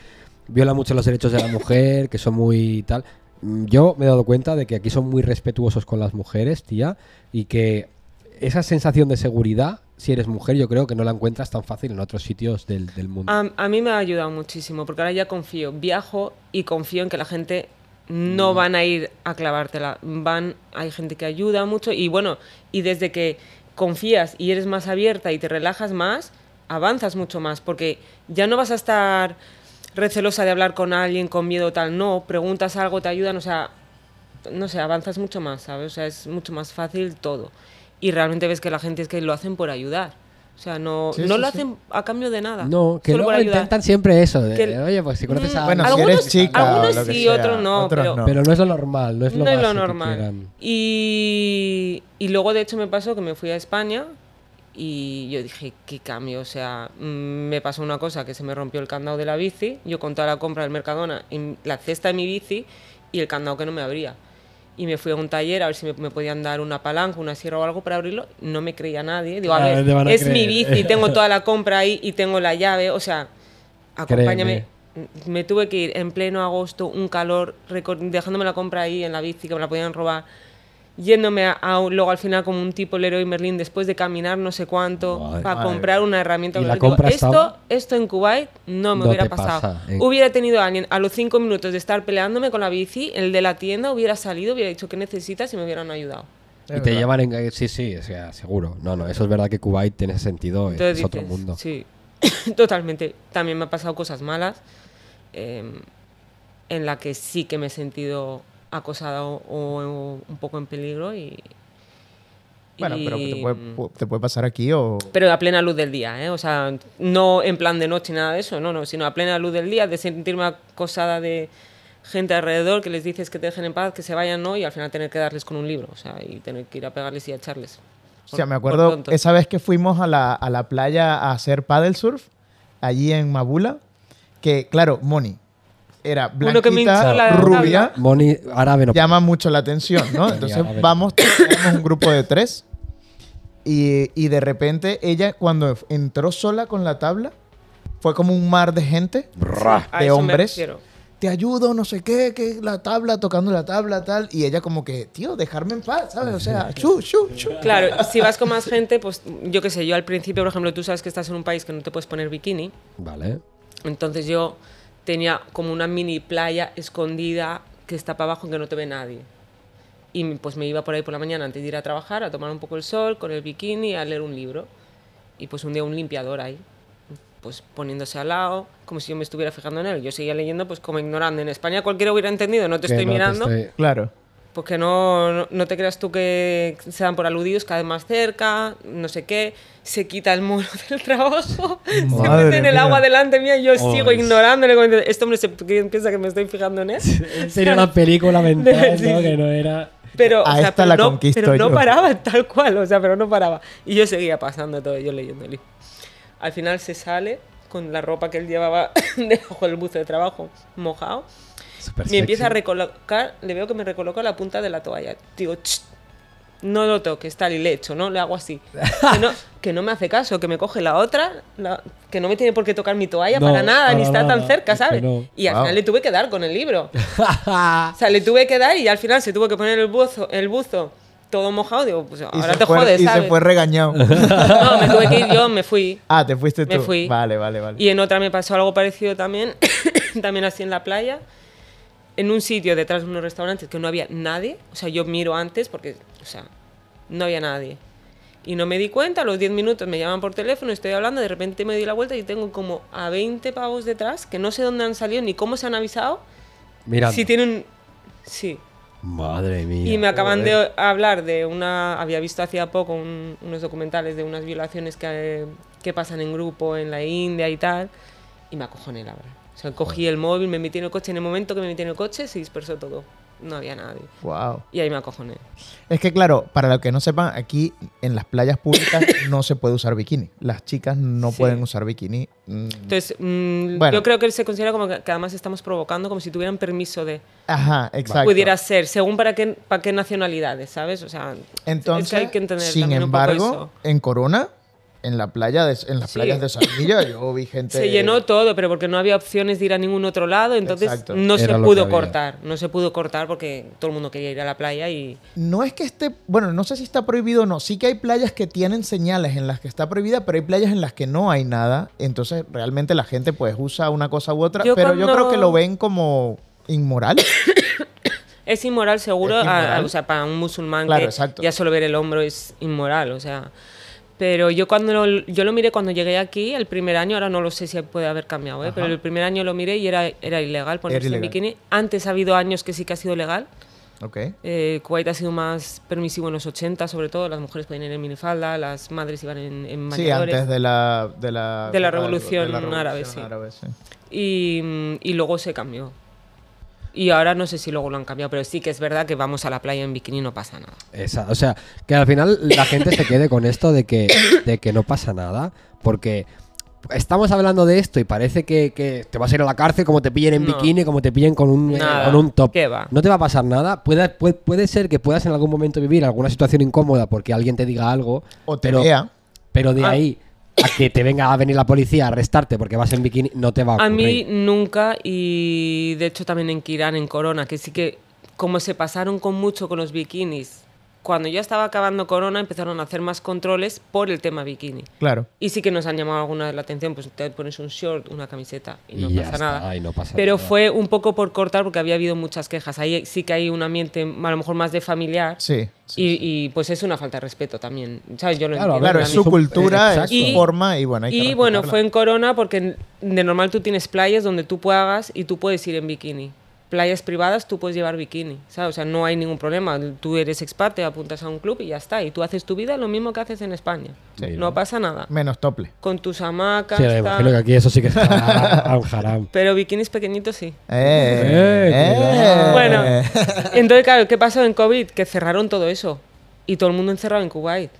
Speaker 1: viola mucho los derechos de la mujer, que son muy tal. Mm, Yo me he dado cuenta de que aquí son muy respetuosos con las mujeres, tía, y que esa sensación de seguridad, si eres mujer, yo creo que no la encuentras tan fácil en otros sitios del, del mundo.
Speaker 2: A, a mí me ha ayudado muchísimo, porque ahora ya confío, viajo y confío en que la gente
Speaker 3: Mm.
Speaker 2: no van a ir a clavártela. Van, hay gente que ayuda mucho y bueno, y desde que confías y eres más abierta y te relajas más, avanzas mucho más, porque ya no vas a estar recelosa de hablar con alguien, con miedo tal, no, preguntas algo, te ayudan, o sea, no sé, avanzas mucho más, ¿sabes? O sea, es mucho más fácil todo. Y realmente ves que la gente es que lo hacen por ayudar. O sea, no,
Speaker 3: Sí,
Speaker 2: no
Speaker 3: sí,
Speaker 2: lo
Speaker 3: sí.
Speaker 2: hacen a cambio de nada.
Speaker 1: no, que
Speaker 2: solo por
Speaker 1: luego
Speaker 2: ayudar.
Speaker 1: intentan siempre eso. de,
Speaker 2: Que-
Speaker 1: Oye, pues si conoces a
Speaker 2: Mm,
Speaker 3: Bueno, si
Speaker 1: alguien,
Speaker 3: eres
Speaker 2: algunos-
Speaker 3: chica o
Speaker 2: algunos
Speaker 3: lo que
Speaker 2: sí,
Speaker 3: sea,
Speaker 2: otros no,
Speaker 3: otros
Speaker 2: pero-
Speaker 3: no.
Speaker 1: Pero no es lo normal, no es lo,
Speaker 2: no es lo
Speaker 1: base que
Speaker 2: normal.
Speaker 1: quieran.
Speaker 2: Y, y luego, de hecho, me pasó que me fui a España y yo dije, qué cambio. O sea, mm, me pasó una cosa que se me rompió el candado de la bici. Yo con toda la compra del Mercadona, en la cesta de mi bici y el candado que no me abría. Y me fui a un taller a ver si me, me podían dar una palanca, una sierra o algo para abrirlo. No me creía nadie. Digo, a
Speaker 4: Claro, te van
Speaker 2: ver,
Speaker 4: a
Speaker 2: es mi
Speaker 4: creer.
Speaker 2: bici, tengo toda la compra ahí y tengo la llave. O sea, acompáñame.
Speaker 1: Créeme.
Speaker 2: Me tuve que ir en pleno agosto, un calor, recor- dejándome la compra ahí en la bici que me la podían robar, yéndome a, a un- luego al final como un tipo Leroy Merlin después de caminar no sé cuánto
Speaker 1: Madre-
Speaker 2: para
Speaker 3: madre
Speaker 2: comprar una herramienta.
Speaker 1: ¿Y la
Speaker 2: Digo,
Speaker 1: compra
Speaker 2: esto,
Speaker 1: estaba?
Speaker 2: esto en Kuwait no me
Speaker 1: No
Speaker 2: hubiera
Speaker 1: te
Speaker 2: pasado.
Speaker 1: pasa, eh.
Speaker 2: Hubiera tenido alguien a los cinco minutos de estar peleándome con la bici, el de la tienda hubiera salido, hubiera dicho que necesitas y me hubieran ayudado.
Speaker 1: Y
Speaker 3: Es
Speaker 1: te
Speaker 3: verdad.
Speaker 1: llevan en... eh, Sí, sí, o sea, seguro. No, no, eso es verdad que Kuwait en ese sentido es,
Speaker 3: Pues
Speaker 2: Entonces
Speaker 1: es otro
Speaker 2: dices,
Speaker 1: mundo.
Speaker 2: Sí, totalmente. También me han pasado cosas malas eh, en la que sí que me he sentido acosada o, o un poco en peligro y...
Speaker 3: Bueno, pero
Speaker 2: y- mm,
Speaker 3: te puede, pu- te puede pasar aquí o.
Speaker 2: pero a plena luz del día, ¿eh? O sea, no en plan de noche, nada de eso, no, no, sino a plena luz del día, de sentirme acosada de gente alrededor que les dices que te dejen en paz, que se vayan, ¿no? Y al final tener que darles con un libro, o sea, y tener que ir a pegarles y a echarles.
Speaker 3: O sea,
Speaker 2: Por-
Speaker 3: me
Speaker 2: por
Speaker 3: acuerdo
Speaker 2: tonto.
Speaker 3: esa vez que fuimos a la, a la playa a hacer paddle surf, allí en Mabula, que claro, Moni era
Speaker 2: Uno que me
Speaker 3: blanquita,
Speaker 2: hinchó la
Speaker 3: rubia,
Speaker 2: tabla.
Speaker 1: Moni árabe no...
Speaker 3: llama mucho la atención, ¿no? Entonces
Speaker 1: a ver.
Speaker 3: vamos, tenemos un grupo de tres y, y de repente ella cuando entró sola con la tabla, fue como un mar de gente,
Speaker 2: A
Speaker 3: de
Speaker 2: eso me
Speaker 3: hombres.
Speaker 2: refiero.
Speaker 3: Te ayudo, no sé qué, que la tabla, tocando la tabla, tal. Y ella como que, tío, dejarme en paz, ¿sabes? O sea, chu, chu, chu.
Speaker 2: Claro, si vas con más gente, pues yo qué sé, yo al principio, por ejemplo, tú sabes que estás en un país que no te puedes poner bikini,
Speaker 1: Vale.
Speaker 2: entonces yo tenía como una mini playa escondida que está para abajo que no te ve nadie. Y m- pues me iba por ahí por la mañana antes de ir a trabajar, a tomar un poco el sol, con el bikini, a leer un libro. Y pues un día un limpiador ahí, pues poniéndose al lado, como si yo me estuviera fijando en él. Yo seguía leyendo pues como ignorando. En España cualquiera hubiera entendido, no te
Speaker 1: Que
Speaker 2: estoy
Speaker 1: no te
Speaker 2: mirando.
Speaker 1: estoy-
Speaker 3: Claro.
Speaker 2: Pues que no, no, no te creas tú que se dan por aludidos, cada vez más cerca, no sé qué. Se quita el muro del trabajo, se
Speaker 4: Madre
Speaker 2: mete en el
Speaker 4: mía.
Speaker 2: agua delante mía y yo
Speaker 4: Oh,
Speaker 2: sigo
Speaker 4: es-
Speaker 2: ignorándole. como diciendo, Este hombre se pi- piensa que me estoy fijando en él.
Speaker 4: Sería una película mental,
Speaker 2: Sí,
Speaker 4: ¿no?
Speaker 2: sí.
Speaker 4: Que no era.
Speaker 2: Pero,
Speaker 3: A
Speaker 2: o sea,
Speaker 3: esta
Speaker 2: pero
Speaker 3: la
Speaker 2: no,
Speaker 3: conquisto
Speaker 2: pero no
Speaker 3: yo.
Speaker 2: paraba tal cual, o sea, pero no paraba. Y yo seguía pasando todo, yo leyendo el libro. Al final se sale con la ropa que él llevaba debajo del buzo de trabajo, mojado.
Speaker 1: Súper
Speaker 2: Me empieza a
Speaker 1: sexy.
Speaker 2: recolocar, le veo que me recoloca la punta de la toalla. Digo, "Ch, no lo toques, tal, y le echo, ¿no? Le hago así. Que no, que no me hace caso, que me coge la otra, la- que no me tiene por qué tocar mi toalla
Speaker 4: No,
Speaker 2: para nada, ni
Speaker 4: para
Speaker 2: está tan
Speaker 4: nada,
Speaker 2: cerca,
Speaker 4: es que
Speaker 2: ¿sabes?
Speaker 4: no.
Speaker 2: Y al
Speaker 3: Wow.
Speaker 2: final le tuve que dar con el libro. O sea, le tuve que dar y al final se tuvo que poner el buzo, el buzo todo mojado. Digo, pues
Speaker 3: Y,
Speaker 2: ahora
Speaker 3: se,
Speaker 2: te
Speaker 3: fue,
Speaker 2: jodes,
Speaker 3: y se
Speaker 2: ¿sabes?
Speaker 3: fue regañado.
Speaker 2: No, me tuve que ir yo, me fui.
Speaker 3: ah, te fuiste tú.
Speaker 2: Me fui.
Speaker 3: Vale, vale, vale.
Speaker 2: Y en otra me pasó algo parecido también, también así en la playa, en un sitio detrás de unos restaurantes que no había nadie. O sea, yo miro antes porque, o sea, no había nadie. Y no me di cuenta, a los 10 minutos me llaman por teléfono, estoy hablando, de repente me di la vuelta y tengo como a 20 pavos detrás que no sé dónde han salido ni cómo se han avisado.
Speaker 1: Mirando.
Speaker 2: Si tienen. Sí.
Speaker 1: Madre mía.
Speaker 2: Y me acaban de hablar de una. Había visto hacía poco un- unos documentales de unas violaciones que, eh, que pasan en grupo en la India y tal. Y me acojoné, la verdad. O sea, cogí el móvil, me metí en el coche. En el momento que me metí en el coche, se dispersó todo. No había nadie.
Speaker 3: Wow.
Speaker 2: Y ahí me acojoné.
Speaker 3: Es que claro, para los que no sepan, aquí en las playas públicas no se puede usar bikini. Las chicas no
Speaker 2: Sí.
Speaker 3: pueden usar bikini. Mm.
Speaker 2: Entonces, mm,
Speaker 3: Bueno.
Speaker 2: yo creo que él se considera como que, que además estamos provocando como si tuvieran permiso de.
Speaker 3: Ajá, exacto.
Speaker 2: Pudiera ser, según para qué, para qué nacionalidades, ¿sabes? O sea,
Speaker 3: Entonces,
Speaker 2: eso hay que entender
Speaker 3: sin
Speaker 2: también un poco
Speaker 3: embargo,
Speaker 2: eso.
Speaker 3: en Corona, en la playa de, en las
Speaker 2: Sí.
Speaker 3: playas de Sevilla, yo vi gente.
Speaker 2: Se llenó todo, pero porque no había opciones de ir a ningún otro lado, entonces
Speaker 3: Exacto.
Speaker 2: no
Speaker 1: Era
Speaker 2: se
Speaker 1: lo que
Speaker 2: pudo
Speaker 1: había.
Speaker 2: cortar. No se pudo cortar porque todo el mundo quería ir a la playa y.
Speaker 3: No es que esté, bueno, no sé si está prohibido o no. Sí que hay playas que tienen señales en las que está prohibida, pero hay playas en las que no hay nada. Entonces, realmente la gente pues usa una cosa u otra,
Speaker 2: Yo
Speaker 3: pero yo creo
Speaker 2: cuando-
Speaker 3: que lo ven como inmoral.
Speaker 2: Es inmoral, seguro,
Speaker 3: Es
Speaker 2: a- a-
Speaker 3: inmoral.
Speaker 2: o sea, para un musulmán
Speaker 3: Claro,
Speaker 2: que
Speaker 3: exacto.
Speaker 2: ya solo ver el hombro es inmoral, o sea. Pero yo cuando lo, yo lo miré cuando llegué aquí, el primer año, ahora no lo sé si puede haber cambiado, ¿eh? pero el primer año lo miré y era, era ilegal ponerse
Speaker 3: ilegal.
Speaker 2: en bikini. Antes ha habido años que sí que ha sido legal.
Speaker 3: ok.
Speaker 2: Eh, Kuwait ha sido más permisivo en los 80, sobre todo. Las mujeres podían ir en minifalda, las madres iban en, en
Speaker 3: Sí,
Speaker 2: bañadores.
Speaker 3: antes de la, de la,
Speaker 2: De la
Speaker 3: de
Speaker 2: revolución árabe, sí. y, mm, y luego se cambió. Y ahora no sé si luego lo han cambiado, pero sí que es verdad que vamos a la playa en bikini y no pasa nada.
Speaker 1: Esa- o sea, que al final la gente se quede con esto de que, de que no pasa nada, porque estamos hablando de esto y parece que, que te vas a ir a la cárcel como te pillen en
Speaker 2: No.
Speaker 1: bikini, como te pillen con un, eh,
Speaker 2: Nada.
Speaker 1: con un top.
Speaker 2: ¿Qué va?
Speaker 1: No te va a pasar nada. Puede, puede, puede ser que puedas en algún momento vivir alguna situación incómoda porque alguien te diga algo,
Speaker 3: O te
Speaker 1: pero,
Speaker 3: vea.
Speaker 1: pero de
Speaker 2: Ah.
Speaker 1: ahí a que te venga a venir la policía a arrestarte porque vas en bikini, no te va a
Speaker 2: A
Speaker 1: ocurrir.
Speaker 2: mí nunca, y de hecho también en Kirán, en Corona, que sí que como se pasaron con mucho con los bikinis, cuando yo estaba acabando Corona empezaron a hacer más controles por el tema bikini.
Speaker 3: Claro.
Speaker 2: Y sí que nos han llamado alguna de la atención, pues te pones un short, una camiseta y no
Speaker 1: Y ya
Speaker 2: pasa
Speaker 1: está,
Speaker 2: nada.
Speaker 1: y no pasa
Speaker 2: Pero
Speaker 1: nada.
Speaker 2: fue un poco por cortar porque había habido muchas quejas. Ahí sí que hay un ambiente a lo mejor más de familiar.
Speaker 3: Sí. sí, sí.
Speaker 2: y, y, pues es una falta de respeto también. ¿Sabes? Yo lo
Speaker 1: Claro, a
Speaker 2: entiendo
Speaker 1: ver,
Speaker 3: Claro,
Speaker 1: a
Speaker 3: es
Speaker 1: mí
Speaker 3: su
Speaker 1: son-
Speaker 3: cultura, es
Speaker 1: exacto.
Speaker 3: su
Speaker 2: Y-
Speaker 3: forma y bueno, hay que
Speaker 2: y bueno, fue
Speaker 3: respetarla.
Speaker 2: en Corona porque de normal tú tienes playas donde tú puedas y tú puedes ir en bikini. Playas privadas tú puedes llevar bikini, ¿sabes? O sea, no hay ningún problema. Tú eres expat, te apuntas a un club y ya está. Y tú haces tu vida lo mismo que haces en España.
Speaker 1: Sí.
Speaker 2: No pasa nada.
Speaker 3: menos tople.
Speaker 2: Con tus hamacas,
Speaker 1: Sí, me
Speaker 2: tal.
Speaker 1: imagino que aquí eso sí que es
Speaker 4: A un haram.
Speaker 2: pero bikinis pequeñitos sí.
Speaker 3: Eh, eh.
Speaker 4: cuidado.
Speaker 2: Bueno, entonces, claro, ¿qué pasó en COVID? Que cerraron todo eso. Y todo el mundo encerrado en Kuwait.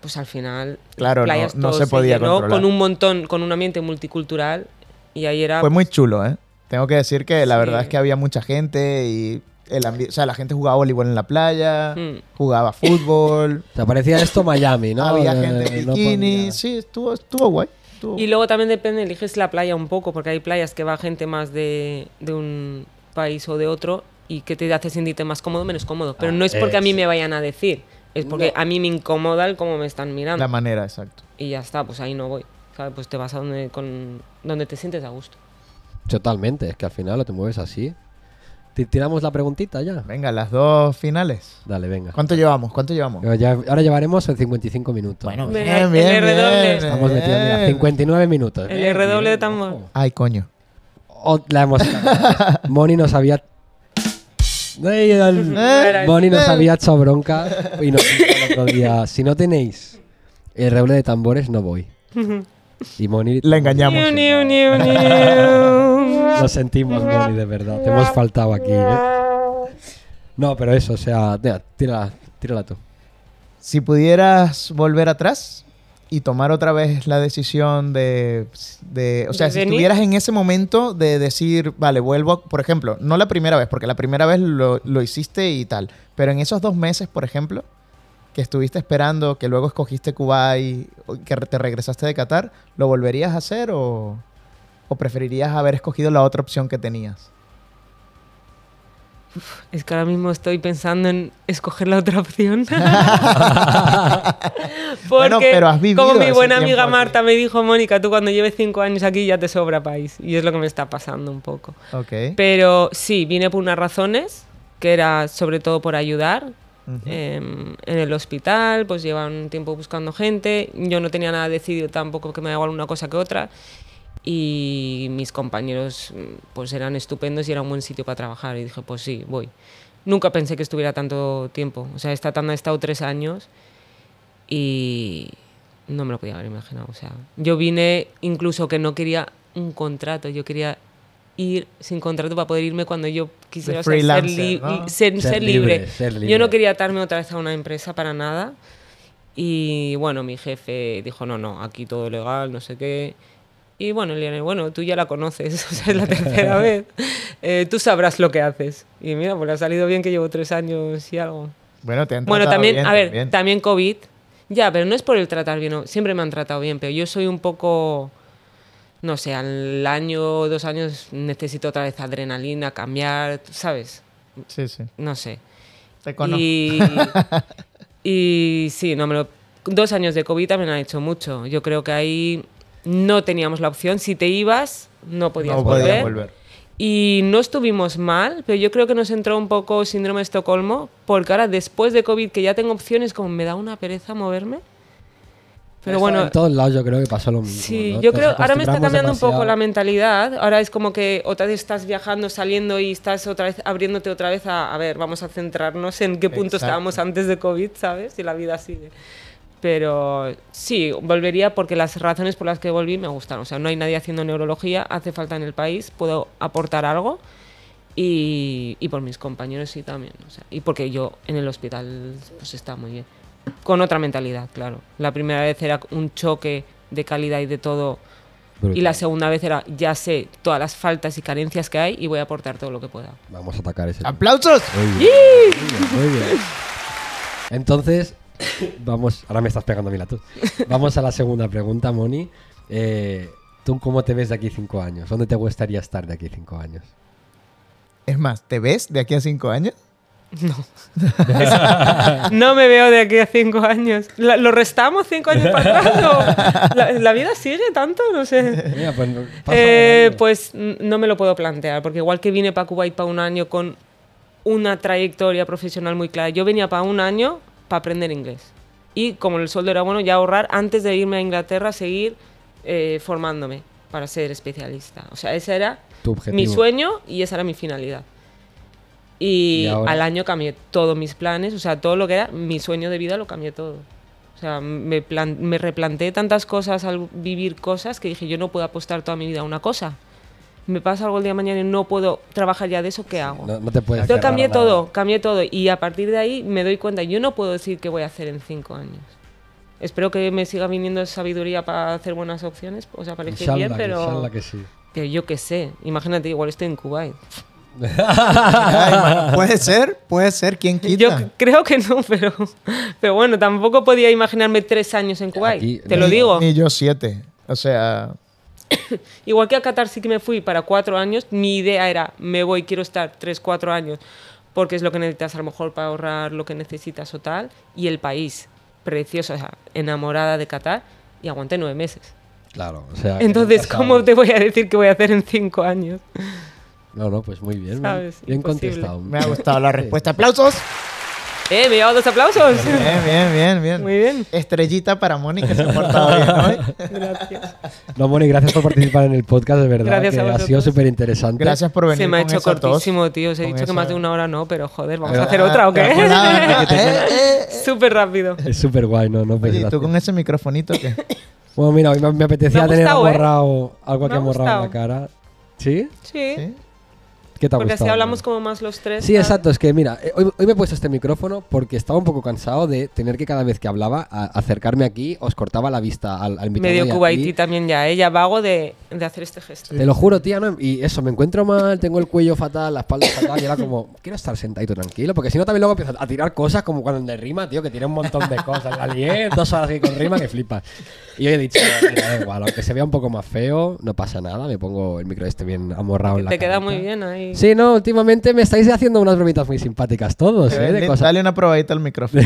Speaker 2: Pues al final,
Speaker 3: Claro, no-
Speaker 2: playas
Speaker 3: no
Speaker 2: todo
Speaker 3: se podía
Speaker 2: llenó
Speaker 3: controlar.
Speaker 2: con un montón, con un ambiente multicultural. Y ahí era.
Speaker 3: fue muy chulo, ¿eh? Tengo que decir que la
Speaker 2: pues. Sí.
Speaker 3: verdad es que había mucha gente y el ambi- o sea, la gente jugaba voleibol en la playa,
Speaker 2: Mm.
Speaker 3: jugaba fútbol,
Speaker 1: Te parecía esto Miami, ¿no?
Speaker 3: había
Speaker 1: Eh,
Speaker 3: gente en
Speaker 1: no
Speaker 3: bikini,
Speaker 1: podía.
Speaker 3: sí, estuvo, estuvo guay. estuvo-
Speaker 2: Y luego también depende, eliges la playa un poco, porque hay playas que va gente más de, de un país o de otro y que te hace sentirte más cómodo, menos cómodo. Pero
Speaker 1: Ah,
Speaker 2: no es porque a mí
Speaker 1: eso.
Speaker 2: me vayan a decir, es porque a mí me incomoda el cómo me están mirando.
Speaker 3: la manera, exacto.
Speaker 2: Y ya está, pues ahí no voy. ¿sabes? Pues te vas a donde, con, donde te sientes a gusto.
Speaker 1: Totalmente, es que al final lo te mueves así. Ti- Tiramos la preguntita ya.
Speaker 3: Venga, las dos finales.
Speaker 1: Dale, venga.
Speaker 3: ¿Cuánto llevamos? ¿Cuánto llevamos?
Speaker 1: Ya- ahora llevaremos en 55 minutos.
Speaker 3: Bueno,
Speaker 2: Bien, el redoble.
Speaker 1: Estamos metidos, mira,
Speaker 3: bien.
Speaker 1: 59 minutos.
Speaker 2: El redoble de tambor.
Speaker 3: Ay, coño.
Speaker 1: Oh, la hemos. Moni nos había. Ay, el- Moni nos había echado bronca y nos dijo el otro día: si no tenéis el redoble de tambores, no voy. Y Moni.
Speaker 3: La engañamos.
Speaker 2: Niu, niu, niu, niu.
Speaker 1: Lo sentimos, Moni, de verdad. Te hemos faltado aquí. ¿eh? No, pero eso, o sea, venga, tírala, tírala tú.
Speaker 3: Si pudieras volver atrás y tomar otra vez la decisión de... de- o sea,
Speaker 2: ¿De
Speaker 3: si
Speaker 2: venir?
Speaker 3: estuvieras en ese momento de decir, vale, vuelvo, a- por ejemplo, no la primera vez, porque la primera vez lo, lo hiciste y tal, pero en esos dos meses, por ejemplo, que estuviste esperando, que luego escogiste Kuwait, o que re- te regresaste de Qatar, ¿lo volverías a hacer o, o preferirías haber escogido la otra opción que tenías?
Speaker 2: Es que ahora mismo estoy pensando en escoger la otra opción. Porque,
Speaker 3: Bueno, pero has vivido
Speaker 2: como mi
Speaker 3: ese
Speaker 2: buena
Speaker 3: tiempo
Speaker 2: amiga
Speaker 3: aquí.
Speaker 2: Marta me dijo, Mónica, tú cuando lleves cinco años aquí ya te sobra país. Y es lo que me está pasando un poco.
Speaker 3: Ok.
Speaker 2: Pero sí, vine por unas razones, que era sobre todo por ayudar.
Speaker 3: Ujú.
Speaker 2: em, en el hospital, pues llevan un tiempo buscando gente. Yo no tenía nada decidido tampoco que me daba una cosa que otra. Y mis compañeros mm, pues eran estupendos y era un buen sitio para trabajar. Y dije, pues sí, voy. Nunca pensé que estuviera tanto tiempo. O sea, esta tanda ha estado tres años y no me lo podía haber imaginado. O sea, yo vine incluso que no quería un contrato, yo quería ir sin contrato para poder irme cuando yo quisiera o sea, ser,
Speaker 3: freelancer,
Speaker 2: li-
Speaker 3: ¿no?
Speaker 2: ser-
Speaker 1: Ser
Speaker 2: ser
Speaker 1: libre,
Speaker 2: libre.
Speaker 1: ser
Speaker 2: Yo no
Speaker 1: libre.
Speaker 2: quería atarme otra vez a una empresa para nada. Y bueno, mi jefe dijo, no, no, aquí todo legal, no sé qué. Y bueno, Eliane, bueno, tú ya la conoces, o sea, es la tercera vez. Eh, tú sabrás lo que haces. Y mira, pues le ha salido bien que llevo tres años y algo.
Speaker 3: Bueno, te han
Speaker 2: Bueno,
Speaker 3: tratado
Speaker 2: también,
Speaker 3: bien,
Speaker 2: a ver,
Speaker 3: también.
Speaker 2: también. COVID. Ya, pero no es por el tratar bien, o- siempre me han tratado bien, pero yo soy un poco, no sé, al año o dos años necesito otra vez adrenalina, cambiar, ¿sabes?
Speaker 3: Sí, sí.
Speaker 2: No sé.
Speaker 3: Te conozco.
Speaker 2: Y, y sí, no me lo- dos años de COVID también han hecho mucho. Yo creo que ahí no teníamos la opción. Si te ibas, no podías
Speaker 3: no
Speaker 2: volver.
Speaker 3: podías volver.
Speaker 2: Y no estuvimos mal, pero yo creo que nos entró un poco síndrome de Estocolmo, porque ahora después de COVID, que ya tengo opciones, como me da una pereza moverme. Pero
Speaker 1: Eso
Speaker 2: bueno,
Speaker 1: En todos lados yo creo que pasó lo mismo.
Speaker 2: Sí,
Speaker 1: ¿no?
Speaker 2: yo
Speaker 1: Nos
Speaker 2: creo, ahora me está
Speaker 1: acostumbramos
Speaker 2: cambiando un poco
Speaker 1: demasiado.
Speaker 2: la mentalidad. Ahora es como que otra vez estás viajando, saliendo y estás otra vez abriéndote otra vez a, a ver, vamos a centrarnos en qué punto
Speaker 3: Exacto.
Speaker 2: estábamos antes de COVID, ¿sabes? Y la vida sigue. Pero sí, volvería porque las razones por las que volví me gustaron. O sea, no hay nadie haciendo neurología, hace falta en el país, puedo aportar algo. Y, y por mis compañeros sí también. o sea, y porque yo en el hospital pues está muy bien. Con otra mentalidad, claro. La primera vez era un choque de calidad y de todo. Y la
Speaker 1: Brutal.
Speaker 2: segunda vez era ya sé todas las faltas y carencias que hay y voy a aportar todo lo que pueda.
Speaker 1: Vamos a atacar
Speaker 2: Ah.
Speaker 1: ese.
Speaker 3: ¡Aplausos!
Speaker 1: Muy bien, muy bien, muy bien. Entonces, vamos, ahora me estás pegando a mí la tos. Vamos a la segunda pregunta, Moni. Eh, ¿Tú cómo te ves de aquí cinco años? ¿Dónde te gustaría estar de aquí cinco años?
Speaker 3: Es más, ¿te ves de aquí a cinco años?
Speaker 2: No me veo de aquí a cinco años. La- ¿Lo restamos cinco años para atrás? o La, la vida sigue tanto? No sé.
Speaker 1: Mira, pues, no- pasa
Speaker 2: Eh,
Speaker 1: volando.
Speaker 2: pues n- no me lo puedo plantear, porque igual que vine para Kuwait para un año con una trayectoria profesional muy clara, yo venía para un año para aprender inglés. Y como el sueldo era bueno, ya ahorrar antes de irme a Inglaterra, seguir eh, formándome para ser especialista. O sea, ese era
Speaker 1: Tu objetivo.
Speaker 2: mi sueño y esa era mi finalidad. Y,
Speaker 1: ¿Y ahora?
Speaker 2: al año cambié todos mis planes, o sea, todo lo que era mi sueño de vida lo cambié todo. O sea, me, plan- me replanteé tantas cosas al vivir cosas que dije, yo no puedo apostar toda mi vida a una cosa. Me pasa algo el día de mañana y no puedo trabajar ya de eso, ¿qué hago?
Speaker 1: No, no te puedes.
Speaker 2: Yo
Speaker 1: cerrar
Speaker 2: cambié
Speaker 1: nada.
Speaker 2: todo, cambié todo. Y a partir de ahí me doy cuenta, yo no puedo decir qué voy a hacer en cinco años. Espero que me siga viniendo sabiduría para hacer buenas opciones, o sea, para elegir
Speaker 1: Inshallah,
Speaker 2: bien, pero...
Speaker 1: inshallah que sí.
Speaker 2: Pero yo qué sé, imagínate, igual estoy en Kuwait.
Speaker 3: Ay, ma- puede ser, puede ser, ¿quién quita?
Speaker 2: Yo c- creo que no, pero, pero bueno, tampoco podía imaginarme tres años en Kuwait,
Speaker 1: Aquí-
Speaker 2: te lo
Speaker 3: Ni-
Speaker 2: digo.
Speaker 3: Ni yo siete. O sea,
Speaker 2: Igual que a Qatar sí que me fui para cuatro años, mi idea era, me voy, quiero estar tres, cuatro años, porque es lo que necesitas a lo mejor para ahorrar lo que necesitas o tal, y el país, precioso, o sea, enamorada de Qatar, y aguanté nueve meses.
Speaker 1: Claro, o
Speaker 3: Ah,
Speaker 1: sea. que
Speaker 2: Entonces,
Speaker 1: nunca
Speaker 2: ¿cómo
Speaker 1: sabes.
Speaker 2: te voy a decir que voy a hacer en cinco años?
Speaker 1: No, no, pues muy bien.
Speaker 2: Sabes,
Speaker 1: bien
Speaker 2: imposible.
Speaker 1: contestado.
Speaker 3: Me ha gustado la
Speaker 1: Sí.
Speaker 3: respuesta. ¡Aplausos!
Speaker 2: ¡Eh! ¿Me llevado dos aplausos?
Speaker 3: Bien, bien, bien, bien.
Speaker 2: Muy bien.
Speaker 3: Estrellita para Mónica, se ha portado bien hoy.
Speaker 2: Gracias.
Speaker 1: No, Moni, gracias por participar en el podcast, de verdad.
Speaker 2: Gracias
Speaker 1: que
Speaker 2: a
Speaker 1: ha
Speaker 2: vosotros.
Speaker 1: sido súper interesante.
Speaker 3: Gracias por venir.
Speaker 2: Se me ha
Speaker 3: con
Speaker 2: hecho
Speaker 3: esa tos.
Speaker 2: cortísimo, tío. Os he
Speaker 3: con
Speaker 2: dicho que más
Speaker 3: esa-
Speaker 2: de una hora no, pero joder, vamos
Speaker 3: Ah,
Speaker 2: a hacer otra o qué?
Speaker 3: cuidado, eh, eh, eh.
Speaker 2: Súper rápido.
Speaker 1: Es súper guay, ¿no? no
Speaker 2: eh.
Speaker 3: Oye, ¿y
Speaker 1: pues,
Speaker 3: tú con ese microfonito qué?
Speaker 1: Bueno, mira, hoy me, me apetecía
Speaker 2: Me ha
Speaker 1: tener
Speaker 2: gustado, ¿eh?
Speaker 1: borrado algo
Speaker 2: Me
Speaker 1: que
Speaker 2: ha
Speaker 1: ha borrado en la
Speaker 2: gustado.
Speaker 1: cara. ¿Sí?
Speaker 2: Sí.
Speaker 3: ¿Sí?
Speaker 1: ¿Qué te ha
Speaker 2: Porque así
Speaker 1: gustado,
Speaker 2: hablamos
Speaker 1: Moni?
Speaker 2: como más los tres.
Speaker 1: Sí,
Speaker 2: ¿sabes?
Speaker 1: exacto. Es que mira, eh, hoy, hoy me he puesto este micrófono porque estaba un poco cansado de tener que cada vez que hablaba a- acercarme aquí, os cortaba la vista al, al invitado. y
Speaker 2: Medio
Speaker 1: a-
Speaker 2: cubaití
Speaker 1: y-
Speaker 2: también ya, ella vago de, de hacer este gesto.
Speaker 1: Te lo juro, tía, ¿no? y eso, me encuentro mal, tengo el cuello fatal, la espalda fatal, y era como, quiero estar sentadito tranquilo, porque si no también luego empiezo a tirar cosas como cuando en de rima, tío, que tiene un montón de cosas, la lié dos horas aquí con rima que flipas. Y hoy he dicho, mira, da igual, aunque se vea un poco más feo, no pasa nada, me pongo el micro este bien amorrado en la
Speaker 2: Te queda
Speaker 1: carita.
Speaker 2: muy bien ahí.
Speaker 1: Sí, no, últimamente me estáis haciendo unas bromitas muy simpáticas todos,
Speaker 3: Eh,
Speaker 1: ¿eh? De
Speaker 3: di-
Speaker 1: cosas.
Speaker 3: Dale una probadita al micrófono.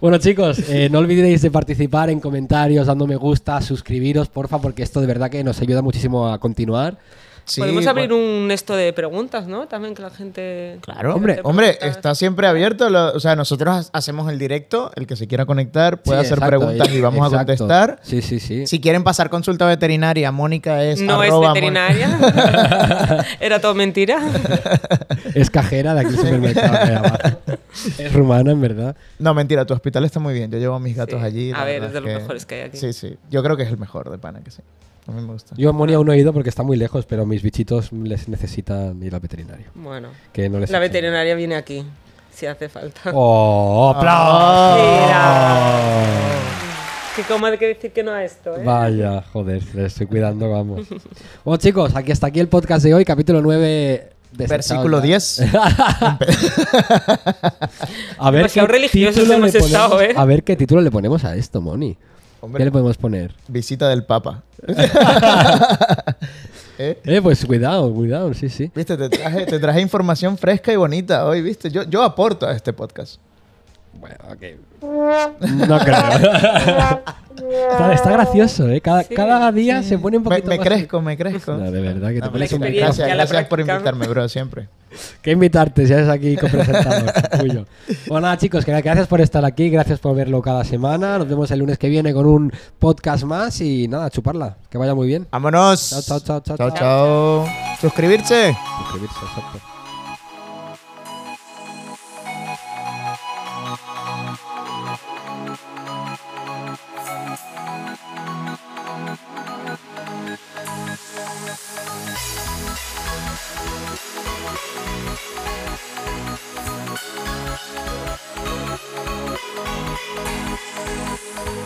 Speaker 1: Bueno, chicos, eh, no olvidéis de participar en comentarios, dando me gusta, suscribiros, porfa, porque esto de verdad que nos ayuda muchísimo a continuar.
Speaker 3: Sí,
Speaker 2: Podemos abrir
Speaker 3: bueno.
Speaker 2: un esto de preguntas, ¿no? También que la gente.
Speaker 3: Claro,
Speaker 2: que
Speaker 3: hombre,
Speaker 2: te
Speaker 3: hombre,
Speaker 2: preguntas.
Speaker 3: está siempre abierto. lo- o sea, nosotros ha- hacemos el directo. El que se quiera conectar puede
Speaker 1: Sí,
Speaker 3: hacer
Speaker 1: exacto,
Speaker 3: preguntas y vamos a
Speaker 1: exacto.
Speaker 3: contestar.
Speaker 1: Sí, sí, sí.
Speaker 3: Si quieren pasar consulta veterinaria, Mónica es.
Speaker 2: No es
Speaker 3: arroba Mónica-
Speaker 2: veterinaria. Era todo mentira.
Speaker 1: Es cajera de aquí del supermercado. que hay abajo. es rumana, en verdad.
Speaker 3: No, mentira, tu hospital está muy bien. Yo llevo a mis gatos
Speaker 2: Sí.
Speaker 3: allí.
Speaker 2: A
Speaker 3: la
Speaker 2: ver,
Speaker 3: verdad
Speaker 2: es de los mejores que hay aquí.
Speaker 3: Sí, sí. Yo creo que es el mejor de pana que sí. A mí me gusta.
Speaker 1: Yo a Moni aún no he ido porque está muy lejos, pero mis bichitos les necesitan ir al veterinario.
Speaker 2: Bueno,
Speaker 1: Que no les
Speaker 2: la
Speaker 1: echen.
Speaker 2: veterinaria viene aquí, si hace falta.
Speaker 3: Ah.
Speaker 1: ¡Oh! ¡Aplausos!
Speaker 2: Mira. Que cómo hay que decir que no a esto, ¿eh?
Speaker 1: Vaya, joder, le estoy cuidando, vamos. Bueno, chicos, aquí está aquí el podcast de hoy, capítulo 9 de
Speaker 3: Versículo 10.
Speaker 1: A ver,
Speaker 2: Demasiado
Speaker 1: qué
Speaker 2: religiosos
Speaker 1: título le
Speaker 2: hemos
Speaker 1: ponemos-
Speaker 2: estado, ¿eh?
Speaker 1: a ver qué título le ponemos a esto, Moni. ¿Qué
Speaker 3: Hombre,
Speaker 1: le podemos poner?
Speaker 3: visita del Papa. ¿Eh?
Speaker 1: Eh, pues cuidado, cuidado, sí, sí.
Speaker 3: Viste, te traje, te traje información fresca y bonita hoy, viste. Yo, yo aporto a este podcast.
Speaker 1: Bueno, ok. No creo. está, está gracioso, ¿eh? Cada,
Speaker 2: Sí,
Speaker 1: cada día se pone un
Speaker 3: Me,
Speaker 1: poquito
Speaker 3: me
Speaker 1: más-
Speaker 3: crezco, me crezco.
Speaker 1: No, de verdad, que te
Speaker 3: Ah,
Speaker 1: pones
Speaker 3: me-
Speaker 1: un
Speaker 2: experiencia,
Speaker 3: gracias,
Speaker 2: la
Speaker 3: gracias por
Speaker 2: práctica.
Speaker 3: invitarme, bro, siempre.
Speaker 1: Que invitarte, si eres aquí copresentador. tuyo. Bueno, nada, chicos, que gracias por estar aquí, gracias por verlo cada semana. Nos vemos el lunes que viene con un podcast más y nada, chuparla. Que vaya muy bien.
Speaker 3: Vámonos.
Speaker 1: Chao, chao, chao, chao,
Speaker 3: Chao,
Speaker 1: chao.
Speaker 3: chao. Suscribirse.
Speaker 1: Suscribirse, exacto.